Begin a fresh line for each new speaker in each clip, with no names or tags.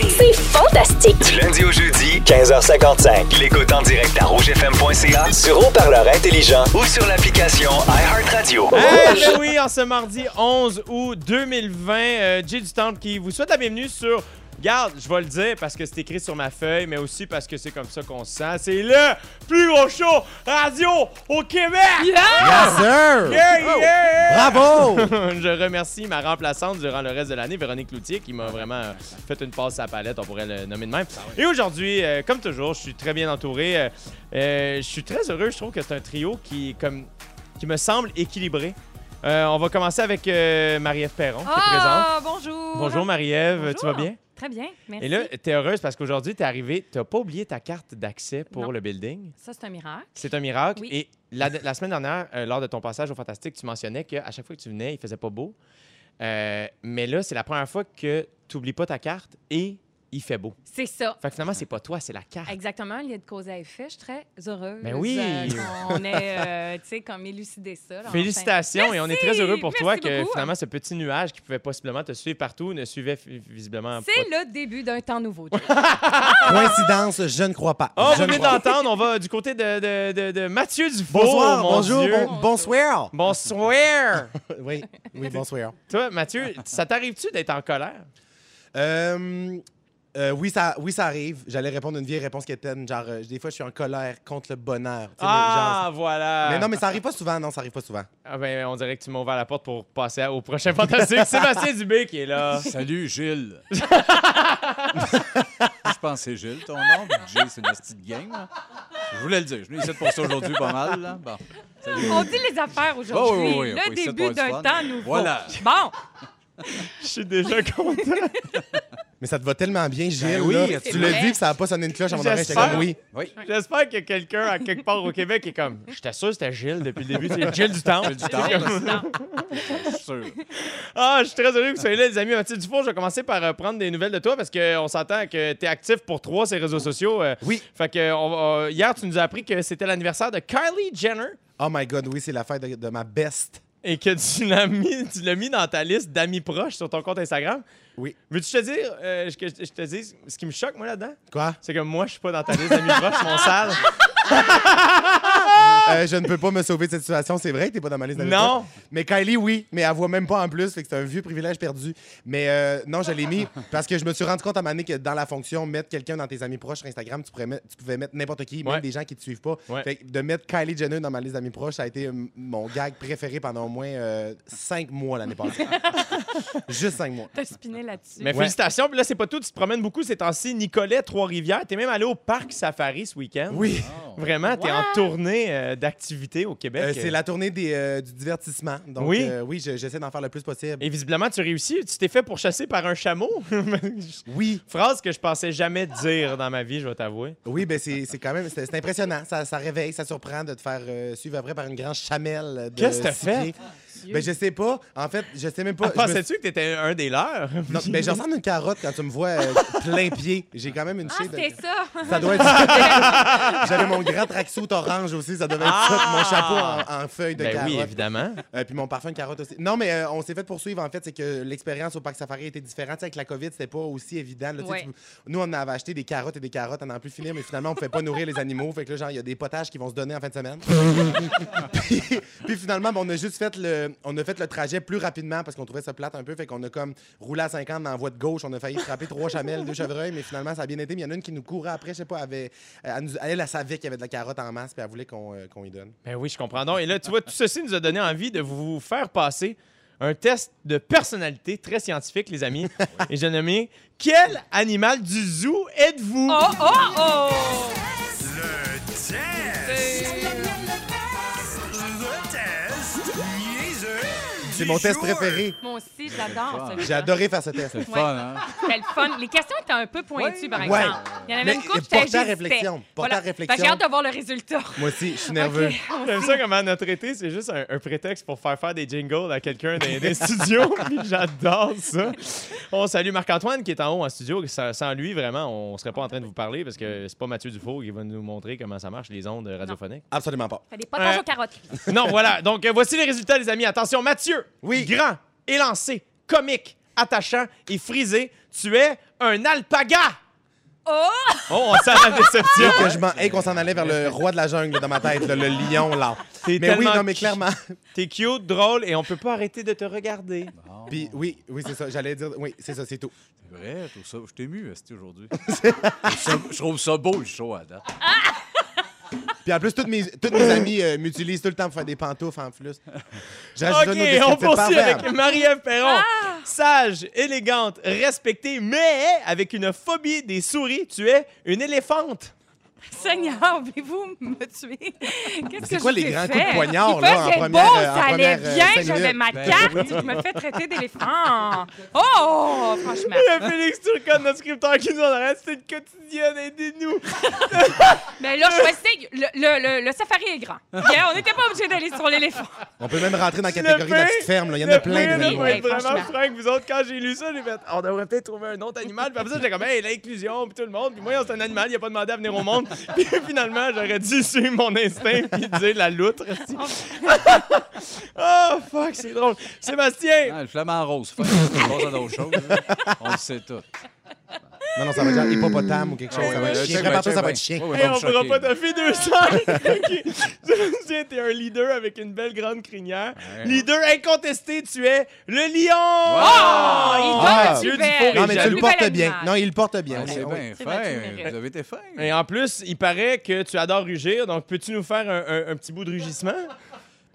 fantastique.
Du lundi au jeudi, 15h55. L'écoute en direct à rougefm.ca, sur haut-parleur intelligent ou sur l'application iHeartRadio.
Ah, ben oui, en ce mardi 11 août 2020, euh, Jay du Temple qui vous souhaite la bienvenue sur. Garde, je vais le dire parce que c'est écrit sur ma feuille, mais aussi parce que c'est comme ça qu'on se sent. C'est le plus gros show radio au Québec!
Yes, sir!
Yeah, yeah!
Bravo!
je remercie ma remplaçante durant le reste de l'année, Véronique Loutier, qui m'a vraiment euh, fait une passe à la palette, on pourrait le nommer de même. Et aujourd'hui, euh, comme toujours, je suis très bien entouré. euh, euh, je suis très heureux, je trouve que c'est un trio qui, est comme, qui me semble équilibré. Euh, on va commencer avec euh, Marie-Ève Perron, qui est présente.
Ah, bonjour.
Bonjour Marie-Ève, tu vas
Bonjour.
bien?
Très bien, merci.
Et là, t'es heureuse parce qu'aujourd'hui, t'es arrivée, t'as pas oublié ta carte d'accès pour
Non.
le building.
Ça, c'est un miracle.
C'est un miracle.
Oui.
Et la, la semaine dernière, euh, lors de ton passage au Fantastique, tu mentionnais qu'à chaque fois que tu venais, il faisait pas beau. Euh, mais là, c'est la première fois que tu n'oublies pas ta carte et il fait beau.
C'est ça.
Fait que finalement, c'est pas toi, c'est la carte.
Exactement, il y a de cause à effet. Je suis très heureuse. Euh,
Ben oui.
on est, euh, tu sais, comme élucidé ça. là,
Félicitations et on est très heureux pour
Merci
toi que
beaucoup.
finalement ce petit nuage qui pouvait possiblement te suivre partout ne suivait fi- visiblement
enfin.
pas.
C'est le début d'un temps nouveau. Joe.
Coïncidence, je ne crois pas.
Oh,
je
vous
ne
venez de
crois pas.
l'entendre, on va du côté de, de, de- de Mathieu Dufault.
Bonsoir,
mon
bonjour,
Dieu.
bon- bonsoir.
Bonsoir.
Oui, oui, bonsoir.
Toi, Mathieu, ça t'arrive-tu d'être en colère?
Euh, euh, oui, ça, oui, ça arrive. J'allais répondre une vieille réponse qui était genre, euh, des fois, je suis en colère contre le bonheur. Tu sais, mais
Ah,
genre-
voilà.
mais non, mais ça arrive pas souvent. Non, ça arrive pas souvent.
Ah ben, on dirait que tu m'as ouvert la porte pour passer au prochain fantastique. Sébastien Dubé qui est là.
Salut, Gilles. je pense que c'est Gilles, ton nom. mais Gilles, c'est une petite game. là. Je voulais le dire. Je l'ai ici pour ça aujourd'hui pas mal. Là. Bon. Salut.
on dit les affaires aujourd'hui.
oui, oui,
le
oui, c'est
début
pas le
d'un
fun.
temps nouveau.
Voilà.
Bon,
Je suis déjà content.
Mais ça te va tellement bien, Gilles.
Ben
oui,
là.
c'est
tu l'as
vrai.
dit que ça a pas sonné une cloche à mon oreille. J'étais
J'espère.
comme oui.
Oui.
J'espère que quelqu'un à quelque part au Québec est comme. J'étais sûr que c'était Gilles depuis le début. C'est Gilles du temps.
Gilles du temps. Je suis sûr.
Ah, je suis très heureux que vous soyez là, les amis. Mathieu Dufour, je vais commencer par euh, prendre des nouvelles de toi parce qu'on s'entend que tu es actif pour trois ces réseaux sociaux. euh,
Oui.
Fait que euh, on va- euh, hier, tu nous as appris que c'était l'anniversaire de Kylie Jenner
Oh my God, oui, c'est la fête de, de ma best.
et que tu l'as mis, tu l'as mis dans ta liste d'amis proches sur ton compte Instagram.
Oui.
Veux-tu te dire, euh, que je je te dise ce qui me choque, moi, là-dedans?
Quoi?
C'est que moi, je suis pas dans ta liste d'amis proches, mon sale.
Euh, je ne peux pas me sauver de cette situation. C'est vrai que t'es pas dans ma liste d'amis
Non.
proches. Mais Kylie, oui. Mais elle voit même pas en plus. Fait que c'est un vieux privilège perdu. Mais euh, non, je l'ai mis parce que je me suis rendu compte à ma que dans la fonction mettre quelqu'un dans tes amis proches sur Instagram, tu, pourrais mettre- tu pouvais mettre n'importe qui, même
Ouais.
des gens qui te suivent pas.
Ouais.
Fait que de mettre Kylie Jenner dans ma liste d'amis proches, ça a été euh, mon gag préféré pendant au moins euh, cinq mois l'année passée. Juste cinq mois.
t'as spiné là-dessus. Ah,
Mais
Ouais.
félicitations. Puis là, c'est pas tout. Tu te promènes beaucoup ces temps-ci. Nicolet, Trois-Rivières. T'es même allé au parc Safari ce week-end.
Oui.
Vraiment, t'es en tournée euh, d'activité au Québec.
Euh, c'est la tournée des, euh, du divertissement. Donc,
Oui.
euh, oui, je- j'essaie d'en faire le plus possible.
Et visiblement, tu réussis. Tu t'es fait pourchasser par un chameau.
Oui.
Phrase que je pensais jamais dire dans ma vie, je vais t'avouer.
Oui, ben c'est c'est quand même c'est c'est impressionnant. Ça, ça réveille, ça surprend de te faire euh, suivre après par une grande chamelle. de
Qu'est-ce que t'as
six
fait?
pieds. Ben je sais pas. En fait, je sais même pas. Ah, Je me suis-
Pensais-tu que t'étais un des leurs?
Non, ben je ressemble à une carotte quand tu me vois euh, plein pied. J'ai quand même une
Ah,
shape de-
c'était ça.
Ça doit être. J'avais mon grand tracksuit orange aussi. Ça devait être ça, puis mon chapeau en, en feuille de
Ben
carotte.
oui, évidemment.
Euh, puis mon parfum de carotte aussi. Non, mais euh, on s'est fait poursuivre, en fait, c'est que l'expérience au parc safari était différente. Tu sais, Avec la COVID, c'était pas aussi évident. là, tu sais,
Ouais.
tu- nous, on avait acheté des carottes et des carottes à n'en plus finir, mais finalement, on ne pouvait pas nourrir les animaux. Fait que là, genre, il y a des potages qui vont se donner en fin de semaine. puis, puis finalement, ben, on a juste fait le, on a fait le trajet plus rapidement parce qu'on trouvait ça plate un peu. Fait qu'on a comme roulé à 50 dans la voie de gauche. On a failli frapper trois chamelles, deux chevreuils, mais finalement, ça a bien été. Mais il y en a une qui nous courait après, je sais pas, avait, elle, nous- elle, elle savait qu'il y avait de la carotte en masse, puis elle voulait qu'on euh, qu'on y donne.
Ben oui, je comprends. Donc, et là, tu vois, tout ceci nous a donné envie de vous faire passer un test de personnalité très scientifique, les amis. Et j'ai nommé Quel animal du zoo êtes-vous?
Oh, oh, oh. Euh,
C'est mon test préféré.
Moi aussi, j'adore celui-là.
J'ai adoré faire ce test.
C'est le fun, hein?
C'était le fun. Les questions étaient un peu pointues, par
Ouais.
exemple. Il y en avait
Mais
une couple
porte à réflexion, porte à réflexion.
ben, J'ai hâte de voir le résultat.
Moi aussi, je suis nerveux.
Ok.
J'aime ça comment notre été, c'est juste un, un prétexte pour faire faire des jingles à quelqu'un des, des studios. Puis J'adore ça. On salue Marc-Antoine qui est en haut en studio. Sans, sans lui, vraiment, on serait pas en train de vous parler parce que c'est pas Mathieu Dufour qui va nous montrer comment ça marche, les ondes radiophoniques.
Absolument pas.
Fais des potages
Ouais.
aux carottes.
Non, voilà. Donc, euh, voici les résultats, les amis. Attention, Mathieu.
Oui.
Grand, élancé, comique, attachant et frisé. Tu es un alpaga.
Oh!
Oh, on sent la déception.
que je m'en- hey, qu'on s'en allait vers le roi de la jungle dans ma tête, là, le lion, là.
T'es
Mais oui,
tellement
non, mais
cute.
clairement.
T'es cute, drôle et on peut pas arrêter de te regarder.
Puis oui, oui, c'est ça. J'allais dire, oui, c'est ça, c'est tout.
C'est vrai, je trouve ça- je t'ai ému esti, aujourd'hui. je, trouve ça- je trouve ça beau, le show, à date.
Puis en plus, toutes mes, toutes mes amies euh, m'utilisent tout le temps pour faire des pantoufles en plus. Je rajoute
OK,
une autre
on
descriptive.
poursuit
Parfait.
avec Marie-Ève Perron. Sage, élégante, respectée, mais avec une phobie des souris, tu es une éléphante.
Seigneur, voulez-vous me tuer? Qu'est-ce
C'est
que
quoi
je
les
t'ai
grands
fait?
coups de poignard,
Il
là, en
faisait
première,
beau,
euh, en
ça allait
première, euh, cinq
bien,
minutes?
j'avais ma
Ben,
carte, je me fais traiter d'éléphant. Oh, franchement.
Il y a Félix Turcotte, notre scripteur, qui nous en a resté de quotidienne. Aidez-nous.
Mais Ben là, je choisis, le, le, le, le safari est grand. Bien, on n'était pas obligé d'aller sur l'éléphant.
On peut même rentrer dans la
Tu
catégorie de la
le
petite ferme. là. Il y en
Le
a plein
pire,
de
là,
animaux.
pour être
Ouais,
vraiment
franchement.
franc, avec vous autres, quand j'ai lu ça, j'ai fait on devrait peut-être trouver un autre animal. Puis après ça, j'étais comme hey, l'inclusion, puis tout le monde. Puis moi, c'est un animal, il a pas demandé à venir au monde. Puis finalement, j'aurais dû suivre mon instinct puis dire la loutre. esti. oh fuck, c'est drôle. Sébastien,
Ah, le flamand rose, fin, on passe à d'autres choses. là. On le sait tout.
Non, non, ça va être genre hippopotame ou quelque chose. ça va être
Euh,
chien.
check,
Prépare-toi,
check,
ça va
ben.
être chien.
Ouais, ouais,
hey,
va me
on pourra
choquer,
pas te
là.
faire 200. Ok. Sébastien, t'es un leader avec une belle grande crinière.
Ouais.
Leader incontesté, tu es le lion.
Oh, il
Ah.
donne
Dieu
du
du
bel.
four
Non, mais tu
jaloux.
bel
le portes bien.
animal.
Non, il le porte bien.
On
Oui,
sait
oui.
Ah, bien
C'est vrai, tu
fin.
mérites.
Vous avez été fin.
Et en plus, il paraît que tu adores rugir, donc peux-tu nous faire un, un- un petit bout de rugissement?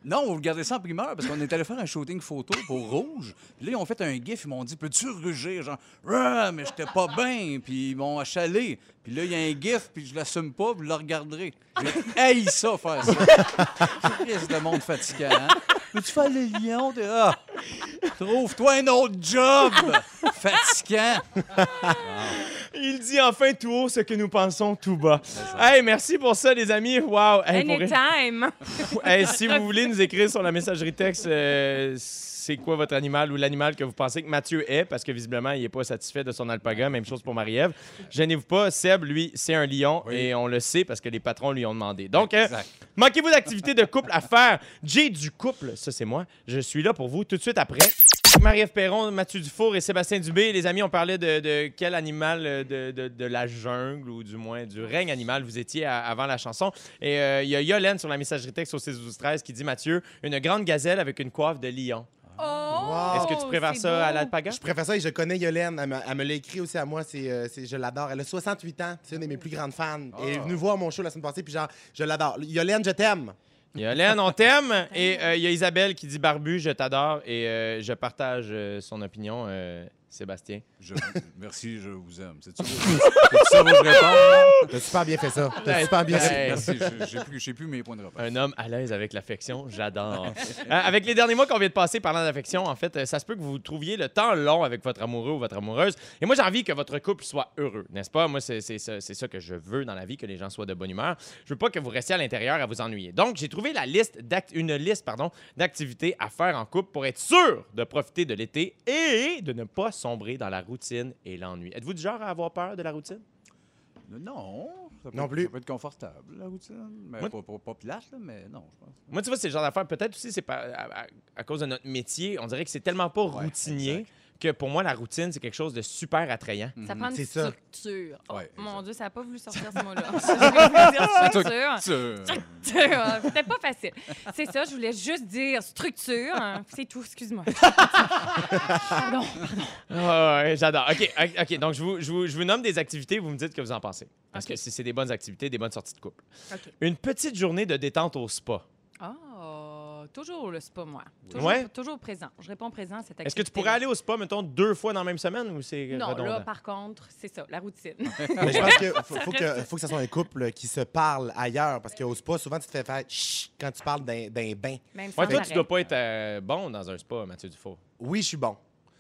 Non, on regardait ça en primeur parce qu'on est allé faire un shooting photo pour Rouge. Puis là, ils ont fait un gif, ils m'ont dit Peux-tu rugir Genre, Ah, mais j'étais pas bien. Puis ils m'ont achalé. Puis là, il y a un gif, puis je l'assume pas, vous le regarderez. J'ai haï ça, faire ça. Qu'est-ce de monde fatigant, hein Peux-tu faire le lion de. Ah Trouve-toi un autre job Fatigant
Il dit enfin tout haut ce que nous pensons tout bas. Hey, merci pour ça, les amis. Wow. Hey, pour-
Anytime.
Hey, si vous voulez nous écrire sur la messagerie texte, euh, c'est quoi votre animal ou l'animal que vous pensez que Mathieu est, parce que visiblement, il n'est pas satisfait de son alpaga. Même chose pour Marie-Ève. Gênez-vous pas, Seb, lui, c'est un lion et on le sait parce que les patrons lui ont demandé. Donc, euh,
Exact.
manquez-vous d'activités de couple à faire? J'ai du couple, ça c'est moi. Je suis là pour vous tout de suite après. Marie-Ève Perron, Mathieu Dufour et Sébastien Dubé, les amis, on parlait de, de quel animal euh, de, de- de la jungle ou du moins du règne animal vous étiez à- avant la chanson. Et euh, il y a Yolène sur la messagerie texte au 6 12 13 qui dit Mathieu, une grande gazelle avec une coiffe de lion.
Oh,
Est-ce que tu préfères
c'est
ça à
beau.
l'alpaga
Je préfère ça et je connais Yolène. Elle me, elle me l'a écrit aussi à moi. C'est, euh, c'est- je l'adore. Elle a 68 ans. C'est une de mes plus grandes fans. Elle
Ah.
est venue voir mon show la semaine passée. Puis genre, je l'adore. Yolène, je t'aime.
Yolène, on t'aime. Et euh, il y a Isabelle qui dit Barbu, je t'adore et euh, je partage euh, son opinion, euh, Sébastien.
Je- Merci, je vous aime. C'est tout. C'est tout ça que je réponds.
T'as super bien fait ça. T'as
Hey,
super bien fait.
hey.
Merci, je- j'ai plus, j'ai plus mes points de repas.
Un homme à l'aise avec l'affection, j'adore. Euh, avec les derniers mois qu'on vient de passer parlant d'affection, en fait, euh, ça se peut que vous trouviez le temps long avec votre amoureux ou votre amoureuse. Et moi, j'ai envie que votre couple soit heureux, n'est-ce pas? Moi, c'est c'est ça c'est ça que je veux dans la vie, que les gens soient de bonne humeur. Je veux pas que vous restiez à l'intérieur à vous ennuyer. Donc, j'ai trouvé la liste d'act- une liste pardon, d'activités à faire en couple pour être sûr de profiter de l'été et de ne pas sombrer dans la routine et l'ennui. Êtes-vous du genre à avoir peur de la routine?
Euh, Non. Ça peut,
Non
être-
plus.
Ça peut être confortable, la routine. Mais
Moi-
pas, pas, pas plate, là, mais non, je pense.
Moi, tu vois, c'est le genre d'affaires. Peut-être aussi, c'est par- à, à- à cause de notre métier. On dirait que c'est tellement pas
Ouais,
routinier
exact.
que pour moi, la routine, c'est quelque chose de super attrayant.
Ça prend une
C'est ça.
structure. Oh,
Mhm. Ouais,
mon
exact.
Dieu, ça n'a pas voulu sortir ce mot-là. Je voulais dire structure.
Tu-
Structure. C'était pas facile. C'est ça, je voulais juste dire structure. C'est tout, excuse-moi. Pardon.
Ah, ouais, J'adore. OK, o- OK. Donc, je vous, je, vous, je vous nomme des activités. Vous me dites ce que vous en pensez. Parce
OK.
que si c'est des bonnes activités, des bonnes sorties de couple.
OK.
Une petite journée de détente au spa.
Oh, toujours le spa, moi. Toujours,
Ouais.
toujours présent. Je réponds présent à cette
Est-ce que tu pourrais aller au spa, mettons, deux fois dans la même semaine ou c'est
Non,
redondant?
là, par contre, c'est ça, la routine.
Mais je pense qu'il faut, faut que, faut que ça soit un couple qui se parle ailleurs. Parce qu'au spa, souvent, tu te fais faire chut quand tu parles d'un, d'un bain.
Même
Ouais,
sans
toi,
arrêt.
tu dois pas être euh, bon dans un spa, Mathieu Dufour.
Oui, je suis bon.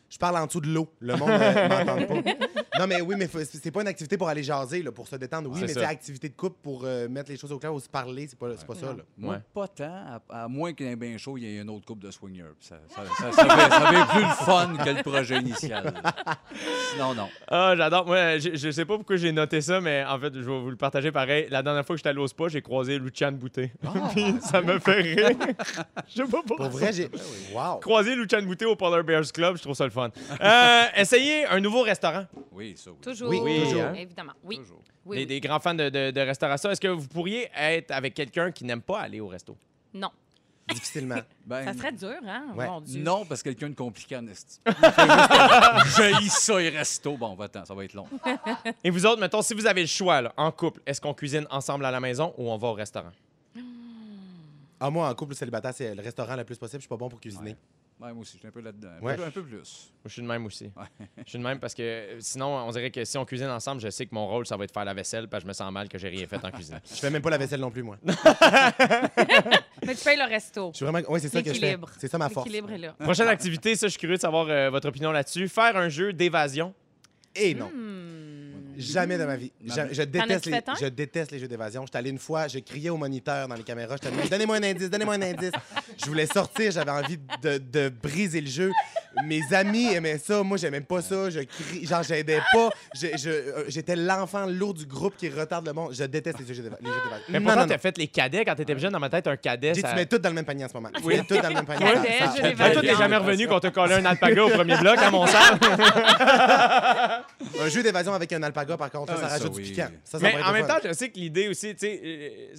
Je parle en dessous de l'eau. Le monde ne m'entend pas. Non, mais oui, mais faut- c'est pas une activité pour aller jaser, là, pour se détendre. Oui,
C'est
mais
ça.
c'est activité de couple pour euh, mettre les choses au clair ou se parler. C'est pas, c'est pas ça, là.
Moi,
Ouais.
pas tant, à, à moins qu'il y ait un bain chaud, il y ait une autre coupe de swingers. Puis Ça, ça, ça, ça fait, ça fait plus le fun que le projet initial. Sinon, non.
Ah, j'adore. Moi, je, je sais pas pourquoi j'ai noté ça, mais en fait, je vais vous le partager pareil. La dernière fois que j'étais allé au spa, j'ai croisé Lucian Boutet. Puis ça me fait rire. je sais pas pourquoi.
Ah! Pour vrai, j'ai. Wow!
Croiser Lucian Boutet au Polar Bears Club, je trouve ça le fun. Euh, essayez un nouveau restaurant.
Oui, ça, oui.
Toujours.
Oui, oui, hein.
Évidemment. Oui.
Toujours.
oui,
des,
oui.
des grands fans de, de- de restauration. Est-ce que vous pourriez être avec quelqu'un qui n'aime pas aller au resto?
Non.
Difficilement.
Ben,
Ça serait dur, hein?
Ouais.
Mon Dieu.
Non, parce que quelqu'un de compliqué en esti. Il fait juste, euh, J'ai ça et resto. Bon, va-t'en, ça va être long.
Et vous autres, mettons, si vous avez le choix, là, en couple, est-ce qu'on cuisine ensemble à la maison ou on va au restaurant?
Ah, moi, en couple célibataire, c'est le restaurant le plus possible. Je suis pas bon pour cuisiner.
Ouais, Ben, moi aussi, je suis un peu là-dedans. Un,
Ouais.
peu, un peu plus.
Moi, Je suis de même aussi. Je suis de même parce que euh, sinon, on dirait que si on cuisine ensemble, je sais que mon rôle, ça va être faire la vaisselle parce que je me sens mal que j'ai rien fait en cuisine.
Je fais même pas la vaisselle non plus, moi. Je
Mais tu payes le resto.
suis vraiment. Oui, c'est ça que je fais.
L'équilibre.
C'est ça ma force.
L'équilibre est là.
Prochaine activité, ça, je suis curieux de savoir euh, votre opinion là-dessus. Faire un jeu d'évasion.
Et non.
Hmm.
Jamais de ma vie.
Non,
Ja-
mais-
je, déteste
Mm. as-tu
les,
fait un?
je déteste les jeux d'évasion. J'étais allé une fois, j'ai crié au moniteur dans les caméras. J'étais allé, donnez-moi un indice, donnez-moi un indice. Je voulais sortir, j'avais envie de, de briser le jeu. Mes amis aimaient ça, moi j'aimais pas ça. Je crie, genre j'aidais pas. Je- je- euh, J'étais l'enfant lourd du groupe qui retarde le monde. Je déteste les jeux d'éva- les jeux d'évasion.
Mais
non, non,
pourtant,
non.
t'as fait les cadets quand t'étais jeune. Dans ma tête, un cadet,
J'ai-
ça...
Tu mets tout dans le même panier en ce moment. Tu
Oui.
mets tout dans le même panier.
Cadet, jeux
Ah,
d'évasion.
toi, t'es jamais revenu quand te collé un alpaga au premier bloc, à mon sens.
Un jeu d'évasion avec un alpaga, par contre, ça, ça
Ah, ça,
rajoute
oui.
du piquant. Ça, ça
Mais
pourrait être
en
le
même
fun.
temps, je sais que l'idée aussi, tu sais, euh,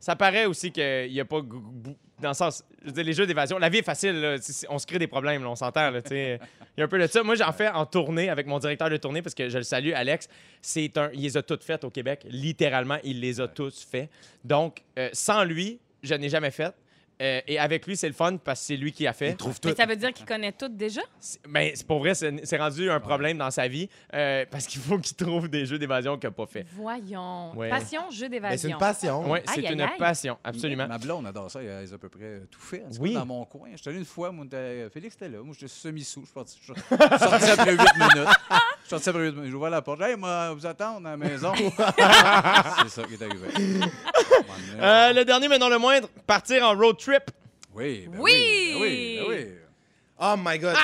ça paraît aussi qu'il n'y a pas. gou- gou- Dans le sens, je veux dire, les jeux d'évasion, la vie est facile, là, tu sais, on se crée des problèmes, là, on s'entend, là, tu sais. Il y a un peu de ça. Moi, j'en fais en tournée avec mon directeur de tournée parce que je le salue, Alex. C'est un, il les a toutes faites au Québec. Littéralement, il les a tous faites. Donc, euh, sans lui, je n'ai jamais fait. Euh, et avec lui, c'est le fun parce que c'est lui qui a fait.
Il trouve tout.
Mais ça veut dire qu'il connaît tout déjà?
C'est- Ben, c'est pour vrai, c'est c'est rendu un problème dans sa vie euh, parce qu'il faut qu'il trouve des jeux d'évasion qu'il n'a pas fait.
Voyons.
Ouais.
Passion, jeu
Mais
d'évasion.
c'est une passion.
Oui, c'est
Aïe, aïe,
une
aïe.
passion, absolument.
Ma blonde adore ça. Elle a à peu près euh, tout fait. En tout cas,
Oui.
Dans mon coin. J'étais allé une fois. Moi, t'as- Félix était là. Moi, j'étais semi-sous. Je suis parti. Je suis sorti après 8 minutes. Je suis sorti après 8 minutes. J'ai ouvert la porte. J'ai dit, Hey, moi, vous attendre à la maison. c'est ça qui est arrivé.
Euh, le dernier, mais non le moindre, partir en road trip.
Mm-hmm.
Oui, ben
Oui!
oui, ben oui, ben oui.
Oh my God!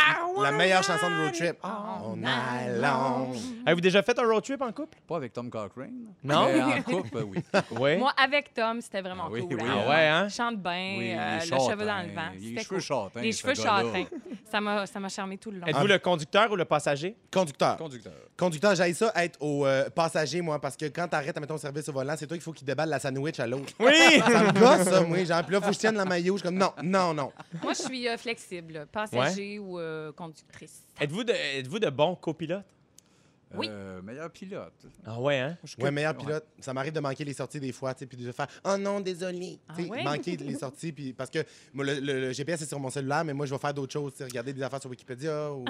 la meilleure chanson de road trip. Oh, On allons.
Avez-vous déjà fait un road trip en couple?
Pas avec Tom Cochrane.
Non.
Mais en couple, oui.
Oui.
Moi, avec Tom, c'était vraiment
hein? Ah oui,
cool.
oui,
hein.
ah ouais, hein?
Chante bien,
Oui,
euh,
les
le cheveu dans le
châtains,
vent.
les
C'était
cheveux
cool.
châtains,
Les
ce
cheveux
gars-là.
châtains. Ça m'a ça m'a charmé tout le long.
Êtes-vous le conducteur ou le passager?
Conducteur.
Conducteur.
Conducteur, j'aille ça être au euh, passager, moi, parce que quand t'arrêtes à mettre ton service au volant, c'est toi qu'il faut qu'il déballe la sandwich à l'autre.
Oui!
Ça me gosse, ça, moi. Genre, puis là, faut que je tienne la maillot. Je suis comme, non, non, non.
Moi, je suis euh, flexible, passager ou euh, conductrice.
êtes-vous, de, êtes-vous de bons copilotes?
Oui.
Euh, meilleur pilote.
Ah ouais, hein?
Je suis
Ouais, meilleur pilote. Ça m'arrive de manquer les sorties des fois, tu sais, puis de faire, oh non, désolé.
Ah
Tu sais,
ouais?
Manquer les sorties, puis parce que moi, le, le- le GPS est sur mon cellulaire, mais moi, je vais faire d'autres choses, tu sais, regarder des affaires sur Wikipédia. Ou...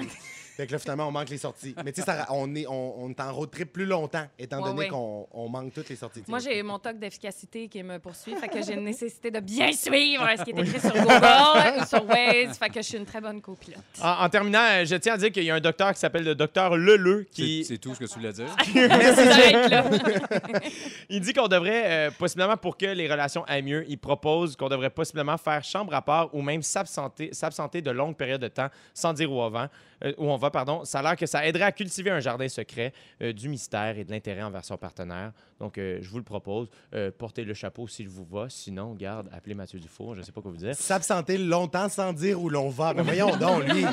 fait que là, finalement, on manque les sorties. Mais tu sais, ça- on est, on, on est en road trip plus longtemps, étant
Ouais,
donné
ouais.
qu'on on manque toutes les sorties. tu sais.
Moi, j'ai mon toc d'efficacité qui me poursuit, fait que j'ai une nécessité de bien suivre euh, ce qui est écrit sur Google ou sur Waze, fait que je suis une très bonne copilote.
En, en terminant, euh, je tiens à dire qu'il y a un docteur qui s'appelle le docteur Leleu
C'est
qui
c'est tout ce que tu voulais dire.
Ça s'arrête là.
il dit qu'on devrait, euh, possiblement pour que les relations aillent mieux, il propose qu'on devrait possiblement faire chambre à part ou même s'absenter, s'absenter de longues périodes de temps sans dire où on va. euh, où on va pardon. Ça a l'air que ça aiderait à cultiver un jardin secret euh, du mystère et de l'intérêt envers son partenaire. Donc, euh, je vous le propose. Euh, portez le chapeau s'il vous va. Sinon, garde, appelez Mathieu Dufour. Je ne sais pas quoi vous dire.
S'absenter longtemps sans dire où l'on va. Mais voyons donc, lui.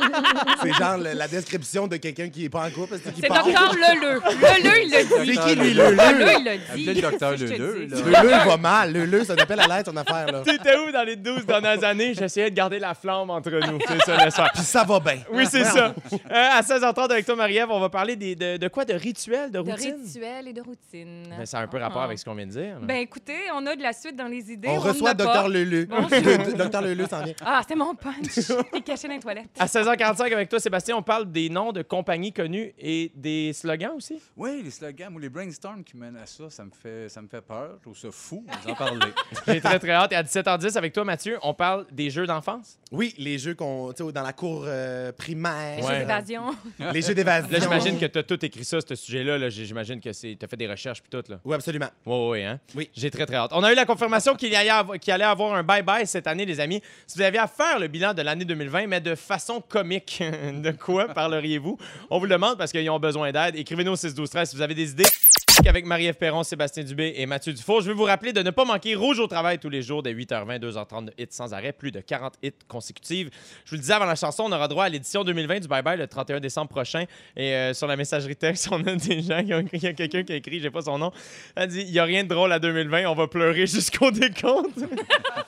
C'est genre le- la description de quelqu'un qui est pas en couple. C'est qui
C'est
part.
docteur Leleu. Leleu, il l'a dit.
C'est qui, lui,
Leleu?
Leleu?
Leleu, il l'a dit.
Appelez le docteur
Je te
Leleu,
dis.
là.
Leleu va mal. Leleu, ça t'appelle à l'aide, ton affaire, là.
T'étais où dans les 12 dernières années? J'essayais de garder la flamme entre nous. C'est ça, l'essor.
Puis ça va bien.
Oui, c'est ça. Euh, à 16h30 avec toi, Marie-Ève, on va parler des- de, de quoi? De rituels, de
De
routines?
rituels et de routines.
Mais ça a un peu rapport
Ah.
avec ce qu'on vient de dire. là.
Ben écoutez, on a de la suite dans les idées.
On
en a
reçoit
pas.
Docteur Leleu.
Bonjour.
Le- Docteur Leleu s'en vient.
Ah, c'est mon punch. Il est caché dans les toilettes.
À 16h45 avec toi, Sébastien, on parle des noms de compagnies connues et des slogans aussi.
Oui, les slogans ou les brainstorms qui mènent à ça, ça me fait, ça me fait peur. Je trouve ça fou. Vous en parlez.
J'ai très, très hâte. Et à 17h10 avec toi, Mathieu, on parle des jeux d'enfance.
Oui, les jeux qu'on. Tu sais, dans la cour euh, primaire.
Jeux
Ouais.
d'évasion.
Les jeux d'évasion.
Là, j'imagine que tu as tout écrit ça, ce sujet-là. là. J'ai- J'imagine que tu as fait des recherches puis tout. Là.
Oui, absolument.
Oui, oui, hein?
Oui.
J'ai très, très hâte. On a eu la confirmation qu'il y allait avoir, qu'il allait avoir un bye-bye cette année, les amis. Si vous aviez à faire le bilan de l'année 2020, mais de façon comique, de quoi parleriez-vous? On vous le demande parce qu'ils ont besoin d'aide. Écrivez-nous au 6 12 13 si vous avez des idées. Classique avec Marie-Ève Perron, Sébastien Dubé et Mathieu Dufour. Je veux vous rappeler de ne pas manquer Rouge au travail tous les jours dès 8h20, 2h30 de hits sans arrêt, plus de 40 hits consécutives. Je vous le disais avant la chanson, on aura droit à l'édition 2020 du Bye Bye le 31 décembre prochain. Et euh, sur la messagerie texte, on a des gens qui ont écrit, il y a quelqu'un qui a écrit, j'ai pas son nom, a dit Il n'y a rien de drôle à 2020, on va pleurer jusqu'au décompte.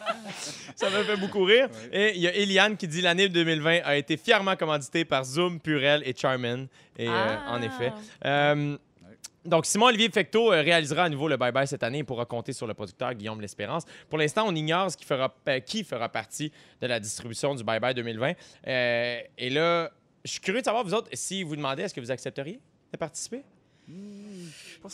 Ça m'a fait beaucoup rire. Et il y a Eliane qui dit l'année 2020 a été fièrement commanditée par Zoom, Purel et Charmin. Et euh,
Ah.
en effet. Euh, donc, Simon-Olivier Fecteau euh, réalisera à nouveau le Bye Bye cette année et pourra compter sur le producteur Guillaume L'Espérance. Pour l'instant, on ignore ce qui fera, euh, qui fera partie de la distribution du Bye Bye 2020. Euh, et là, je suis curieux de savoir, vous autres, si vous demandez, est-ce que vous accepteriez de participer?
Pas,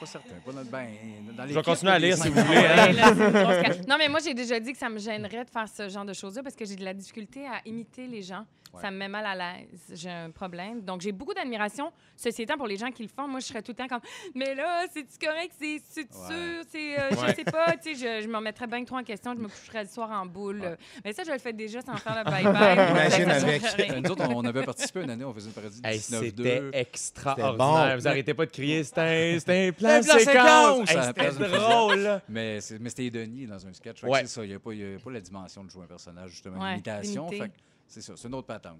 pas certain. Pas notre, ben, dans
Je
l'équipe,
vais continuer à
les
lire
cinq-
si vous
Ben,
voulez. hein.
Et là, c'est une grosse carte. non, mais moi, j'ai déjà dit que ça me gênerait de faire ce genre de choses-là parce que j'ai de la difficulté à imiter les gens.
Ouais.
Ça me met mal à l'aise. J'ai un problème. Donc, j'ai beaucoup d'admiration. Ceci étant, pour les gens qui le font, moi, je serais tout le temps comme Mais là, c'est-tu correct? C'est c'est
Ouais.
sûr? C'est, euh,
Ouais.
Je sais pas. Tu sais, je, je me remettrais bien que trop en question. Je me coucherais le soir en boule. Mais ça, je le fais déjà sans faire le bye-bye.
Imagine
Ça
avec.
changerait rien.
Nous autres, on on avait participé une année, on faisait une parodie de
Hey,
19-2.
c'était extraordinaire.
C'était bon.
Vous arrêtez pas de crier, c'était c'était un plan
C'est un plan
séquence.
séquence,
Hey,
à la
c'était
place de fusil.
drôle.
Mais, c'est- mais c'était Denis dans un sketch. Fait que
Ouais.
C'est ça, il n'y a, pas- il y a pas la dimension de jouer un personnage, justement,
Ouais,
une imitation.
d'imiter.
Fait que c'est ça, c'est une autre patente.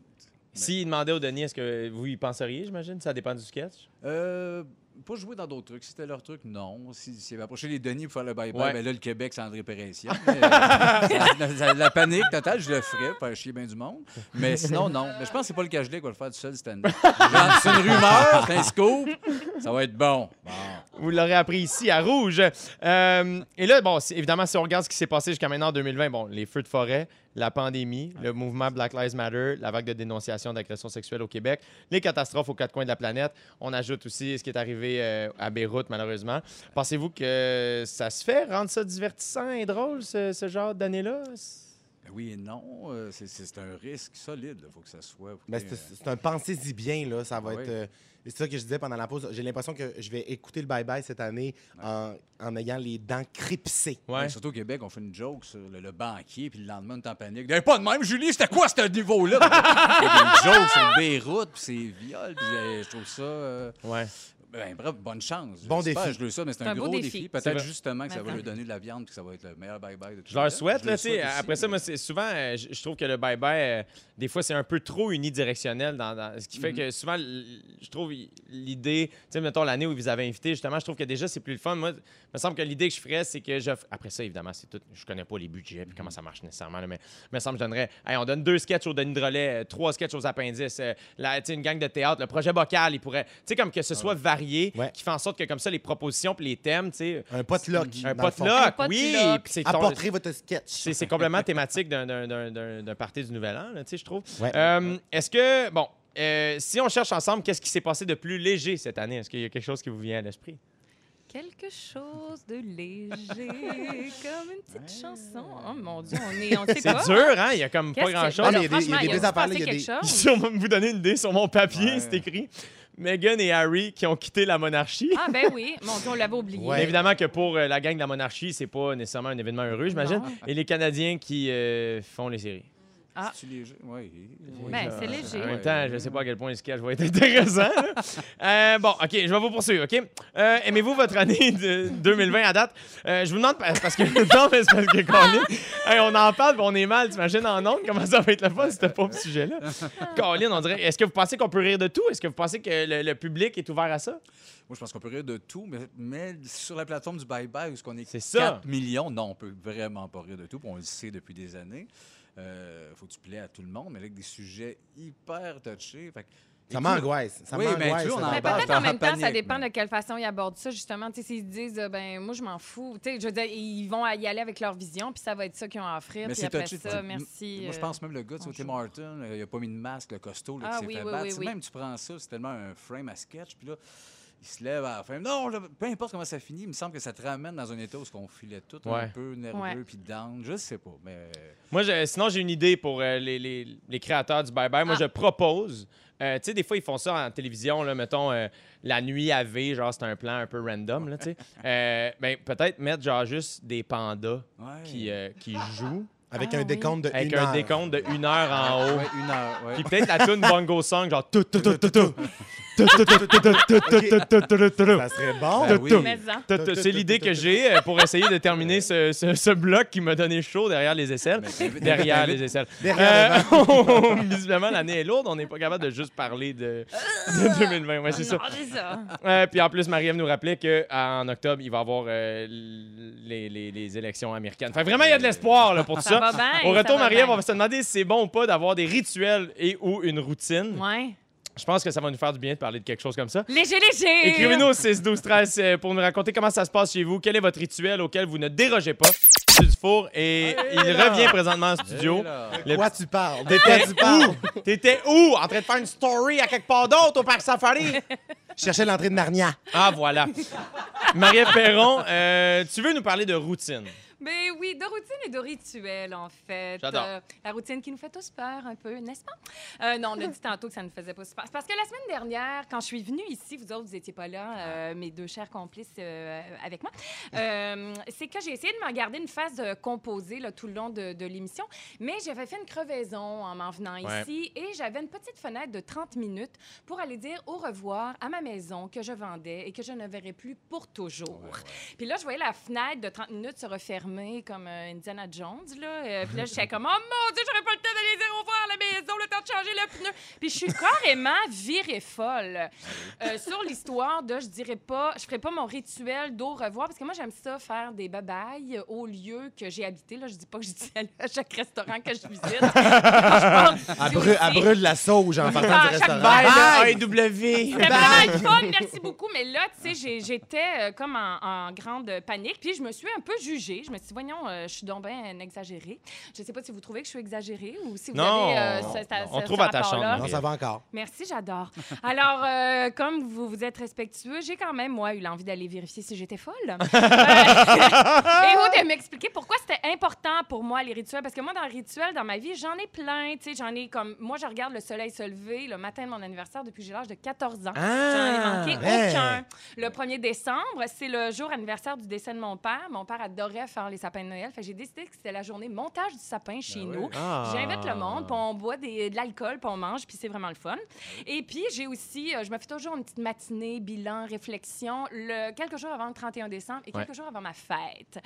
S'il demandait au Denis, est-ce que vous y penseriez, j'imagine? Ça dépend du sketch.
Euh, pas jouer dans d'autres trucs. Si c'était leur truc, non. S'ils si, s'ils avaient approché les Denis pour faire le bye-bye,
Ouais.
ben là, le Québec, c'est André Pérencien. Mais, euh, ça- ça- la panique totale, je le ferais, pour faire chier bien du monde. Mais sinon, non. Mais je pense que c'est pas le Cagelet qui va le faire du seul cette année. Genre, C'est une rumeur, c'est un scoop. Ça va être bon. Bon.
Vous l'aurez appris ici à Rouge. Euh, et là, bon, c'est- évidemment, si on regarde ce qui s'est passé jusqu'à maintenant en 2020, bon, les feux de forêt, la pandémie, le mouvement Black Lives Matter, la vague de dénonciation d'agressions sexuelles au Québec, les catastrophes aux quatre coins de la planète. On ajoute aussi ce qui est arrivé euh, à Beyrouth, malheureusement. Pensez-vous que ça se fait, rendre ça divertissant et drôle, ce, ce genre d'année-là?
Ben Oui et non. euh, c'est- C'est c'est un risque solide. Il faut que euh, ça soit. faut
Ben,
qu'il y
c'est
ait,
c'est un pensez-y bien, là. Ça va
Ah oui.
être. euh, c'est ça que je disais pendant la pause. J'ai l'impression que je vais écouter le bye-bye cette année en, en ayant les dents crépissées.
Ouais, Surtout au Québec, on fait une joke sur le, le banquier, puis le lendemain, on est en panique. Hey, pas de même, Julie, c'était quoi ce niveau-là? Il y a des jokes sur Beyrouth, puis c'est viol, puis euh, je trouve ça. euh,
Ouais.
ben, bref, bonne chance.
Bon
J'espère,
défi.
Je le ça, mais c'est
C'est
un,
un beau
gros défi.
défi.
C'est
Peut-être
vrai.
justement que ça va
Maintenant.
lui donner de la viande, puis que ça va être le meilleur bye-bye de tout
Je leur souhaite,
Je
là,
le
tu sais.
souhaite aussi,
Après ça,
mais-
moi, c'est- souvent, euh, je je trouve que le bye-bye, euh, des fois, c'est un peu trop unidirectionnel. Dans, dans- ce qui fait
Mm-hmm.
que souvent, l- je trouve i- l'idée, tu sais, mettons l'année où vous avez invité, justement, je trouve que déjà, c'est plus le fun. Moi, il me semble que l'idée que je ferais, c'est que je. Après ça, évidemment, c'est tout. Je connais pas les budgets puis comment
Mm-hmm.
ça marche nécessairement, là, mais il me semble que je donnerais. Hey, on donne deux sketchs au Denis Drolet, euh, trois sketchs aux appendices, euh, la- tu sais, une gang de théâtre, le projet bocal, il pourrait. Tu sais, comme que ce soit varié,
Ah Ouais.
qui fait en sorte que comme ça, les propositions puis les thèmes, tu sais.
Un potluck.
Un
dans le fond.
potluck,
Un
oui!
potluck.
puis c'est ton-
Apporterez votre sketch.
c'est, c'est complètement thématique d'un, d'un, d'un- d'un- d'un party du Nouvel An, là, tu sais, je trouve.
Ouais.
Euh, est-ce que, bon, euh, si on cherche ensemble, qu'est-ce qui s'est passé de plus léger cette année? Est-ce qu'il y a quelque chose qui vous vient à l'esprit?
Quelque chose de léger, comme une petite chanson. Oh mon Dieu, on est, on sait
C'est
pas.
dur, hein? Il n'y a comme pas
Qu'est-ce que-
grand-chose.
Ah, mais il y a des-
franchement,
il y a des
dû se
affaires, là,
passer
il y a des-
quelque chose.
Si on va vous donner une idée sur mon papier,
Ouais.
c'est écrit Meghan et Harry qui ont quitté la monarchie.
Ah ben oui, mon Dieu, on l'avait oublié.
Ouais.
Mais évidemment que pour euh, la gang de la monarchie, c'est pas nécessairement un événement heureux, j'imagine.
Non.
Et les Canadiens qui euh, font les séries.
Ah.
C'est-tu léger? Ouais. Oui.
Ben,
ça-
c'est léger.
En même temps, je sais pas à quel point le sketch va être intéressant. là. Euh, bon, OK, je vais vous poursuivre, OK? Euh, Aimez-vous votre année de 2020 à date? Euh, je vous demande pa- parce que... Non, mais c'est parce que, Colin, hey, on en parle, puis on est mal. T'imagines en ondes comment ça va être le fun si t'as pas ce sujet-là? Colin, on dirait... Est-ce que vous pensez qu'on peut rire de tout? Est-ce que vous pensez que le, le public est ouvert à ça?
Moi, je pense qu'on peut rire de tout, mais, mais sur la plateforme du Bye Bye, où ce qu'on est,
C'est ça.
4 millions, non, on peut vraiment pas rire de tout, puis on le sait depuis des années. Euh, faut que tu plais à tout le monde, mais avec des sujets hyper touchés. Fait que-
Ça
Écoute,
m'angoisse. Ça
Oui, ben,
m'angoisse.
tu vois, on
ça
en
Mais
m'angoisse.
parle.
peut-être
Ah,
en même temps, ça
panique,
dépend
mais-
de quelle façon ils abordent ça, justement. Tu sais, s'ils se disent, euh, ben, moi, je m'en fous. Tu sais, je veux dire, ils vont y aller avec leur vision, puis ça va être ça qu'ils ont à offrir.
Mais
Puis
c'est
après
touché.
ça,
tu-
merci.
Moi, je
euh,
pense même le gars, tu vois, Tim
bonjour.
Martin, il a pas mis de masque, le costaud, là,
Ah
qui
oui,
s'est fait
oui,
battre.
oui,
Tu sais,
oui.
Même tu prends ça, c'est tellement un frame à sketch, puis là, il se lève à la fin. Non, là, peu importe comment ça finit, il me semble que ça te ramène dans un état où on filait tout
Ouais.
un peu nerveux,
Ouais.
puis down. Je sais pas, mais...
Moi, je- sinon, j'ai une idée pour euh, les, les- les créateurs du Bye Bye. Moi,
Ah.
je propose. euh, tu sais, des fois, ils font ça en télévision, là, mettons, euh, la nuit à V, genre, c'est un plan un peu random, là, tu sais. Euh, ben, peut-être mettre, genre, juste des pandas
Ouais.
qui, euh, qui jouent.
avec
Ah,
un
oui.
décompte de
Avec
une
un
heure.
décompte de une heure en haut.
Ah, Ouais, une heure, ouais.
Puis peut-être la tune Bongo Song, genre tout, tout, tout, tout, tout.
Ça serait bon.
Ben oui.
Mais-en.
Tout, tout. C'est l'idée que j'ai euh, pour essayer de terminer ce, ce- ce bloc qui m'a donné chaud derrière les aisselles. Derrière les aisselles.
Derrière
Euh, visiblement, l'année est lourde. On n'est pas capable de juste parler de,
Ah!
de 2020. Ouais, c'est ça.
Non, c'est ça.
Euh, puis en plus, Marie-Ève nous rappelait qu'en octobre, il va y avoir euh, les, les- les élections américaines. Enfin, vraiment, il y a de l'espoir là, pour tout
Ça
ça.
va bien,
Au
ça
retour,
va
Marie-Ève,
bien.
on va se demander si c'est bon ou pas d'avoir des rituels et ou une routine.
Ouais.
Je pense que ça va nous faire du bien de parler de quelque chose comme ça.
Léger, léger.
Écrivez-nous au 6 12 13 euh, pour nous raconter comment ça se passe chez vous, quel est votre rituel auquel vous ne dérogez pas. Monsieur Dufour et il
là.
revient présentement en
Et
studio.
là.
Le-
Quoi tu parles? De quoi
T'étais
tu parles?
où? T'étais où? En train de faire une story à quelque part d'autre au parc Safari?
Je cherchais l'entrée de Narnia.
Ah, voilà. Marie-Ève Perron, euh, tu veux nous parler de routine?
Ben oui, de routine et de rituel, en fait.
J'adore.
Euh, la routine qui nous fait tous peur un peu, n'est-ce pas? Euh, non, on a dit tantôt que ça ne faisait pas super. C'est parce que la semaine dernière, quand je suis venue ici, vous autres, vous n'étiez pas
Ah.
là, euh, mes deux chers complices euh, avec moi, euh, c'est que j'ai essayé de me garder une phase de composée là, tout le long de, de l'émission, mais j'avais fait une crevaison en m'en venant
Ouais.
ici et j'avais une petite fenêtre de 30 minutes pour aller dire au revoir à ma maison que je vendais et que je ne verrai plus pour toujours. Puis là, je voyais la fenêtre de 30 minutes se refermer comme euh, Indiana Jones. Là. Euh, puis là, j'étais comme, oh mon Dieu, j'aurais pas le temps d'aller dire au revoir à la maison, le temps de changer le pneu. Puis je suis carrément virée folle euh, sur l'histoire de, je dirais pas, je ferai pas mon rituel d'au revoir, parce que moi, j'aime ça faire des bye-bye au lieu que j'ai habité. Là, je dis pas que je dis aller à chaque restaurant que je visite. Je pense
À
que
brûle, à
aussi-
brûle la sauge en partant du
Ah,
restaurant.
Bye, le AEW.
c'était vraiment le fun, merci beaucoup. Mais là, tu sais, j'ai- j'étais euh, comme en, en grande panique. Puis je me suis un peu jugée. Je me suis dit, voyons, euh, je suis donc bien exagérée. Je sais pas si vous trouvez que je suis exagérée ou si vous
Non,
avez euh,
non,
ce- ce-
on
ce
trouve attachant,
rapport-là.
Non, ça va encore.
Merci, j'adore. Alors, euh, comme vous, vous êtes respectueux, j'ai quand même, moi, eu l'envie d'aller vérifier si j'étais folle. Euh, et ou de m'expliquer pourquoi c'était important pour moi, les rituels. Parce que moi, dans le rituel, dans ma vie, j'en ai plein. Tu sais, j'en ai comme... Moi, je regarde le soleil se lever le matin de mon anniversaire depuis que j'ai l'âge de 14 ans.
Ah!
J'en ai manqué
ouais.
aucun. Le 1er décembre, c'est le jour anniversaire du décès de mon père. Mon père adorait faire les sapins de Noël. Fait que j'ai décidé que c'était la journée montage du sapin chez nous. J'invite le monde, puis on boit des- de l'alcool, puis on mange, puis c'est vraiment le fun. Et puis, j'ai aussi, euh, je me fais toujours une petite matinée, bilan, réflexion, le, quelques jours avant le 31 décembre et quelques jours avant ma fête.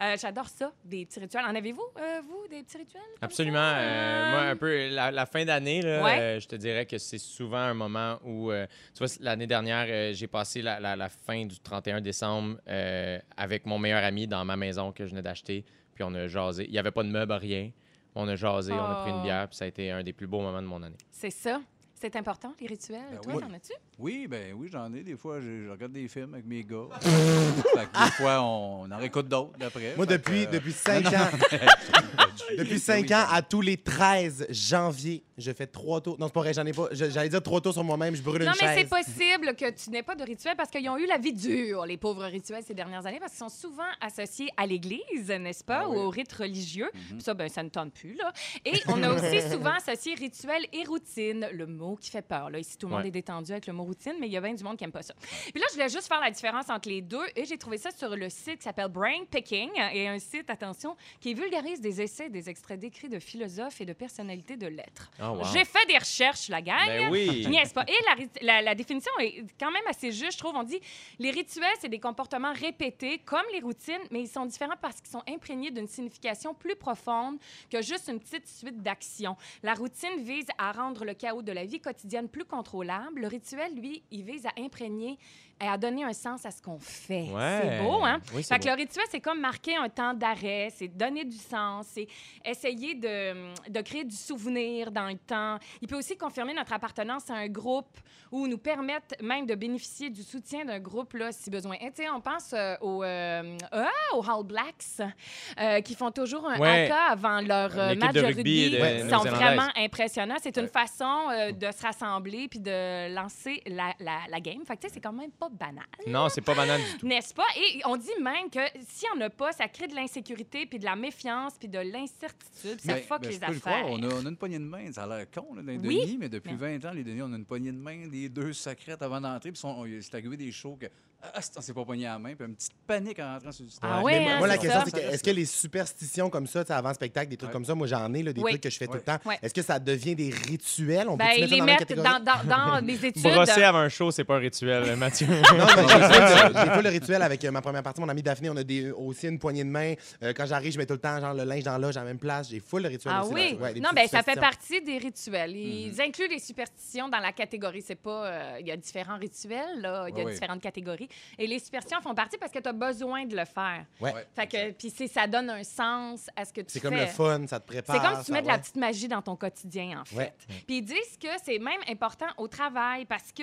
Euh, J'adore ça, des petits rituels. En avez-vous, euh, vous, des petits rituels? comme
Absolument.
ça?
euh, moi, un peu, la, la fin d'année, là,
Ouais.
euh, je te dirais que c'est souvent un moment où, euh, tu vois, l'année dernière, euh, j'ai passé la, la- la fin du 31 décembre euh, avec mon meilleur ami dans ma maison que je venais d'acheter. Puis on a jasé. Il n'y avait pas de meubles, rien. On a jasé, on a pris une
Oh.
bière, puis ça a été un des plus beaux moments de mon année.
C'est ça. C'est important, les rituels.
Ben
Toi,
oui.
t'en as-tu?
Oui, ben oui, j'en ai. Des fois, je, je regarde des films avec mes gars. fait que des fois, on en réécoute d'autres d'après.
Moi,
Fait que,
depuis,
euh,
depuis 5 ans, depuis 5 ans, à tous les 13 janvier, je fais trois tours. Non, c'est pas vrai, j'en ai pas. je- J'allais dire trois tours sur moi-même, je brûle
Non,
une
mais c'est
chaise.
possible que tu n'aies pas de rituel parce qu'ils ont eu la vie dure, les pauvres rituels, ces dernières années, parce qu'ils sont souvent associés à l'Église, n'est-ce pas,
Ah oui.
ou au rite religieux.
Mhm.
Puis Ça, ben, ça ne tente plus, là. Et on a aussi souvent associé rituel et routine, le mot qui fait peur. Là. Ici, tout le monde
Ouais.
est détendu avec le mot routine, mais il y a bien du monde qui n'aime pas ça. Puis là, je voulais juste faire la différence entre les deux et j'ai trouvé ça sur le site qui s'appelle Brain Picking euh, et un site, attention, qui vulgarise des essais, des extraits d'écrits de philosophes et de personnalités de lettres.
Oh, wow.
J'ai fait des recherches, la gang.
Ben oui.
Niaise pas. Et la, rit- la- la définition est quand même assez juste, je trouve. On dit les rituels, c'est des comportements répétés comme les routines, mais ils sont différents parce qu'ils sont imprégnés d'une signification plus profonde que juste une petite suite d'actions. La routine vise à rendre le chaos de la vie quotidienne plus contrôlable. Le rituel, lui, il vise à imprégner et à donner un sens à ce qu'on fait.
Ouais.
C'est beau, hein?
Oui, c'est
Fait que
beau.
le rituel, c'est comme marquer un temps d'arrêt, c'est donner du sens, c'est essayer de, de créer du souvenir dans le temps. Il peut aussi confirmer notre appartenance à un groupe ou nous permettre même de bénéficier du soutien d'un groupe là, si besoin. Et tu sais, on pense euh, aux, euh, ah, aux All Blacks euh, qui font toujours un
Ouais.
haka avant leur euh,
L'équipe
match
de
de
rugby
rugby.
de-
Ils sont
néo-zélandaise.
vraiment impressionnants. C'est une
Ouais.
façon euh, de se rassembler puis de lancer la, la, la game. Fait que tu sais, c'est quand même pas banal.
Non, c'est pas banal du tout.
N'est-ce pas? Et on dit même que s'il n'y en a pas, ça crée de l'insécurité, puis de la méfiance, puis de l'incertitude, puis ça
Mais-
fuck
mais ben, je
les
peux le
affaires.
croire, on, a, on a une poignée de main. Ça a l'air con, là, dans les
Oui,
Denis, mais depuis
mais-
20 ans, les Denis, on a une poignée de main, les deux secrètes avant d'entrer. Puis sont- c'est arrivé des shows que. Ah, c'est- on s'est pas poigné à la main. Puis une petite panique en rentrant sur le stage.
Ah ouais,
Mais
hein,
moi, la
c'est
question,
ça.
c'est que, est-ce que les superstitions comme ça, tu sais, avant spectacle, des trucs
Ouais.
comme ça, moi, j'en ai, là, des
Oui.
trucs que je fais tout
Ouais.
le temps.
Ouais.
Est-ce que ça devient des rituels? On
Ben,
peut-tu
ils
mettre ça
les
dans la
mettent
même catégorie?
dans, dans, dans les études.
Brosser avant un show, c'est pas un rituel, Mathieu.
Non, mais j'ai fait le- j'ai fait le rituel avec euh, ma première partie, mon ami Daphné. On a des, aussi une poignée de main. Euh, quand j'arrive, je mets tout le temps genre, le linge dans l'âge à la même place. J'ai full le rituel
Ah
aussi.
oui?
là-dessus. Ouais, des
non,
petites
ben ça fait
superstitions. Mhm.
partie des rituels. Ils incluent les superstitions dans la catégorie. C'est pas... euh, Il y a différents rituels, là. Il y a
Oui, oui.
différentes catégories. Et les superstitions font partie parce que tu as besoin de le faire.
Ouais.
Ouais.
Fait que... Puis c'est- ça donne un sens à ce que tu fais.
C'est comme le fun, ça te prépare.
C'est comme si tu
ça-
mets de la
ouais.
petite magie dans ton quotidien, en fait.
Ouais.
Puis ils disent que c'est même important au travail parce que,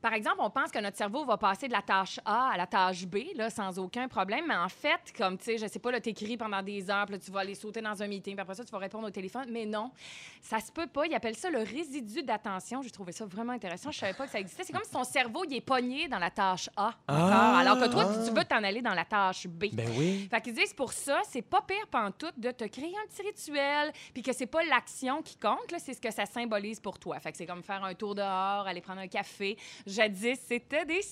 par exemple, on pense que notre cerveau va passer de la tâche A à la tâche B, là, sans aucun problème. Mais en fait, comme, tu sais, je sais pas, là, t'écris pendant des heures, puis là, tu vas aller sauter dans un meeting, puis après ça, tu vas répondre au téléphone. Mais non, ça se peut pas. Ils appellent ça le résidu d'attention. J'ai trouvé ça vraiment intéressant. Je savais pas que ça existait. C'est comme si ton cerveau, il est pogné dans la tâche A encore,
Ah!
alors que toi, tu veux t'en aller dans la tâche B.
ben oui.
Fait qu'ils disent pour ça, c'est pas pire pantoute de te créer un petit rituel, puis que c'est pas l'action qui compte, là, c'est ce que ça symbolise pour toi. Fait que c'est comme faire un tour dehors, aller prendre un café. Jadis, c'était des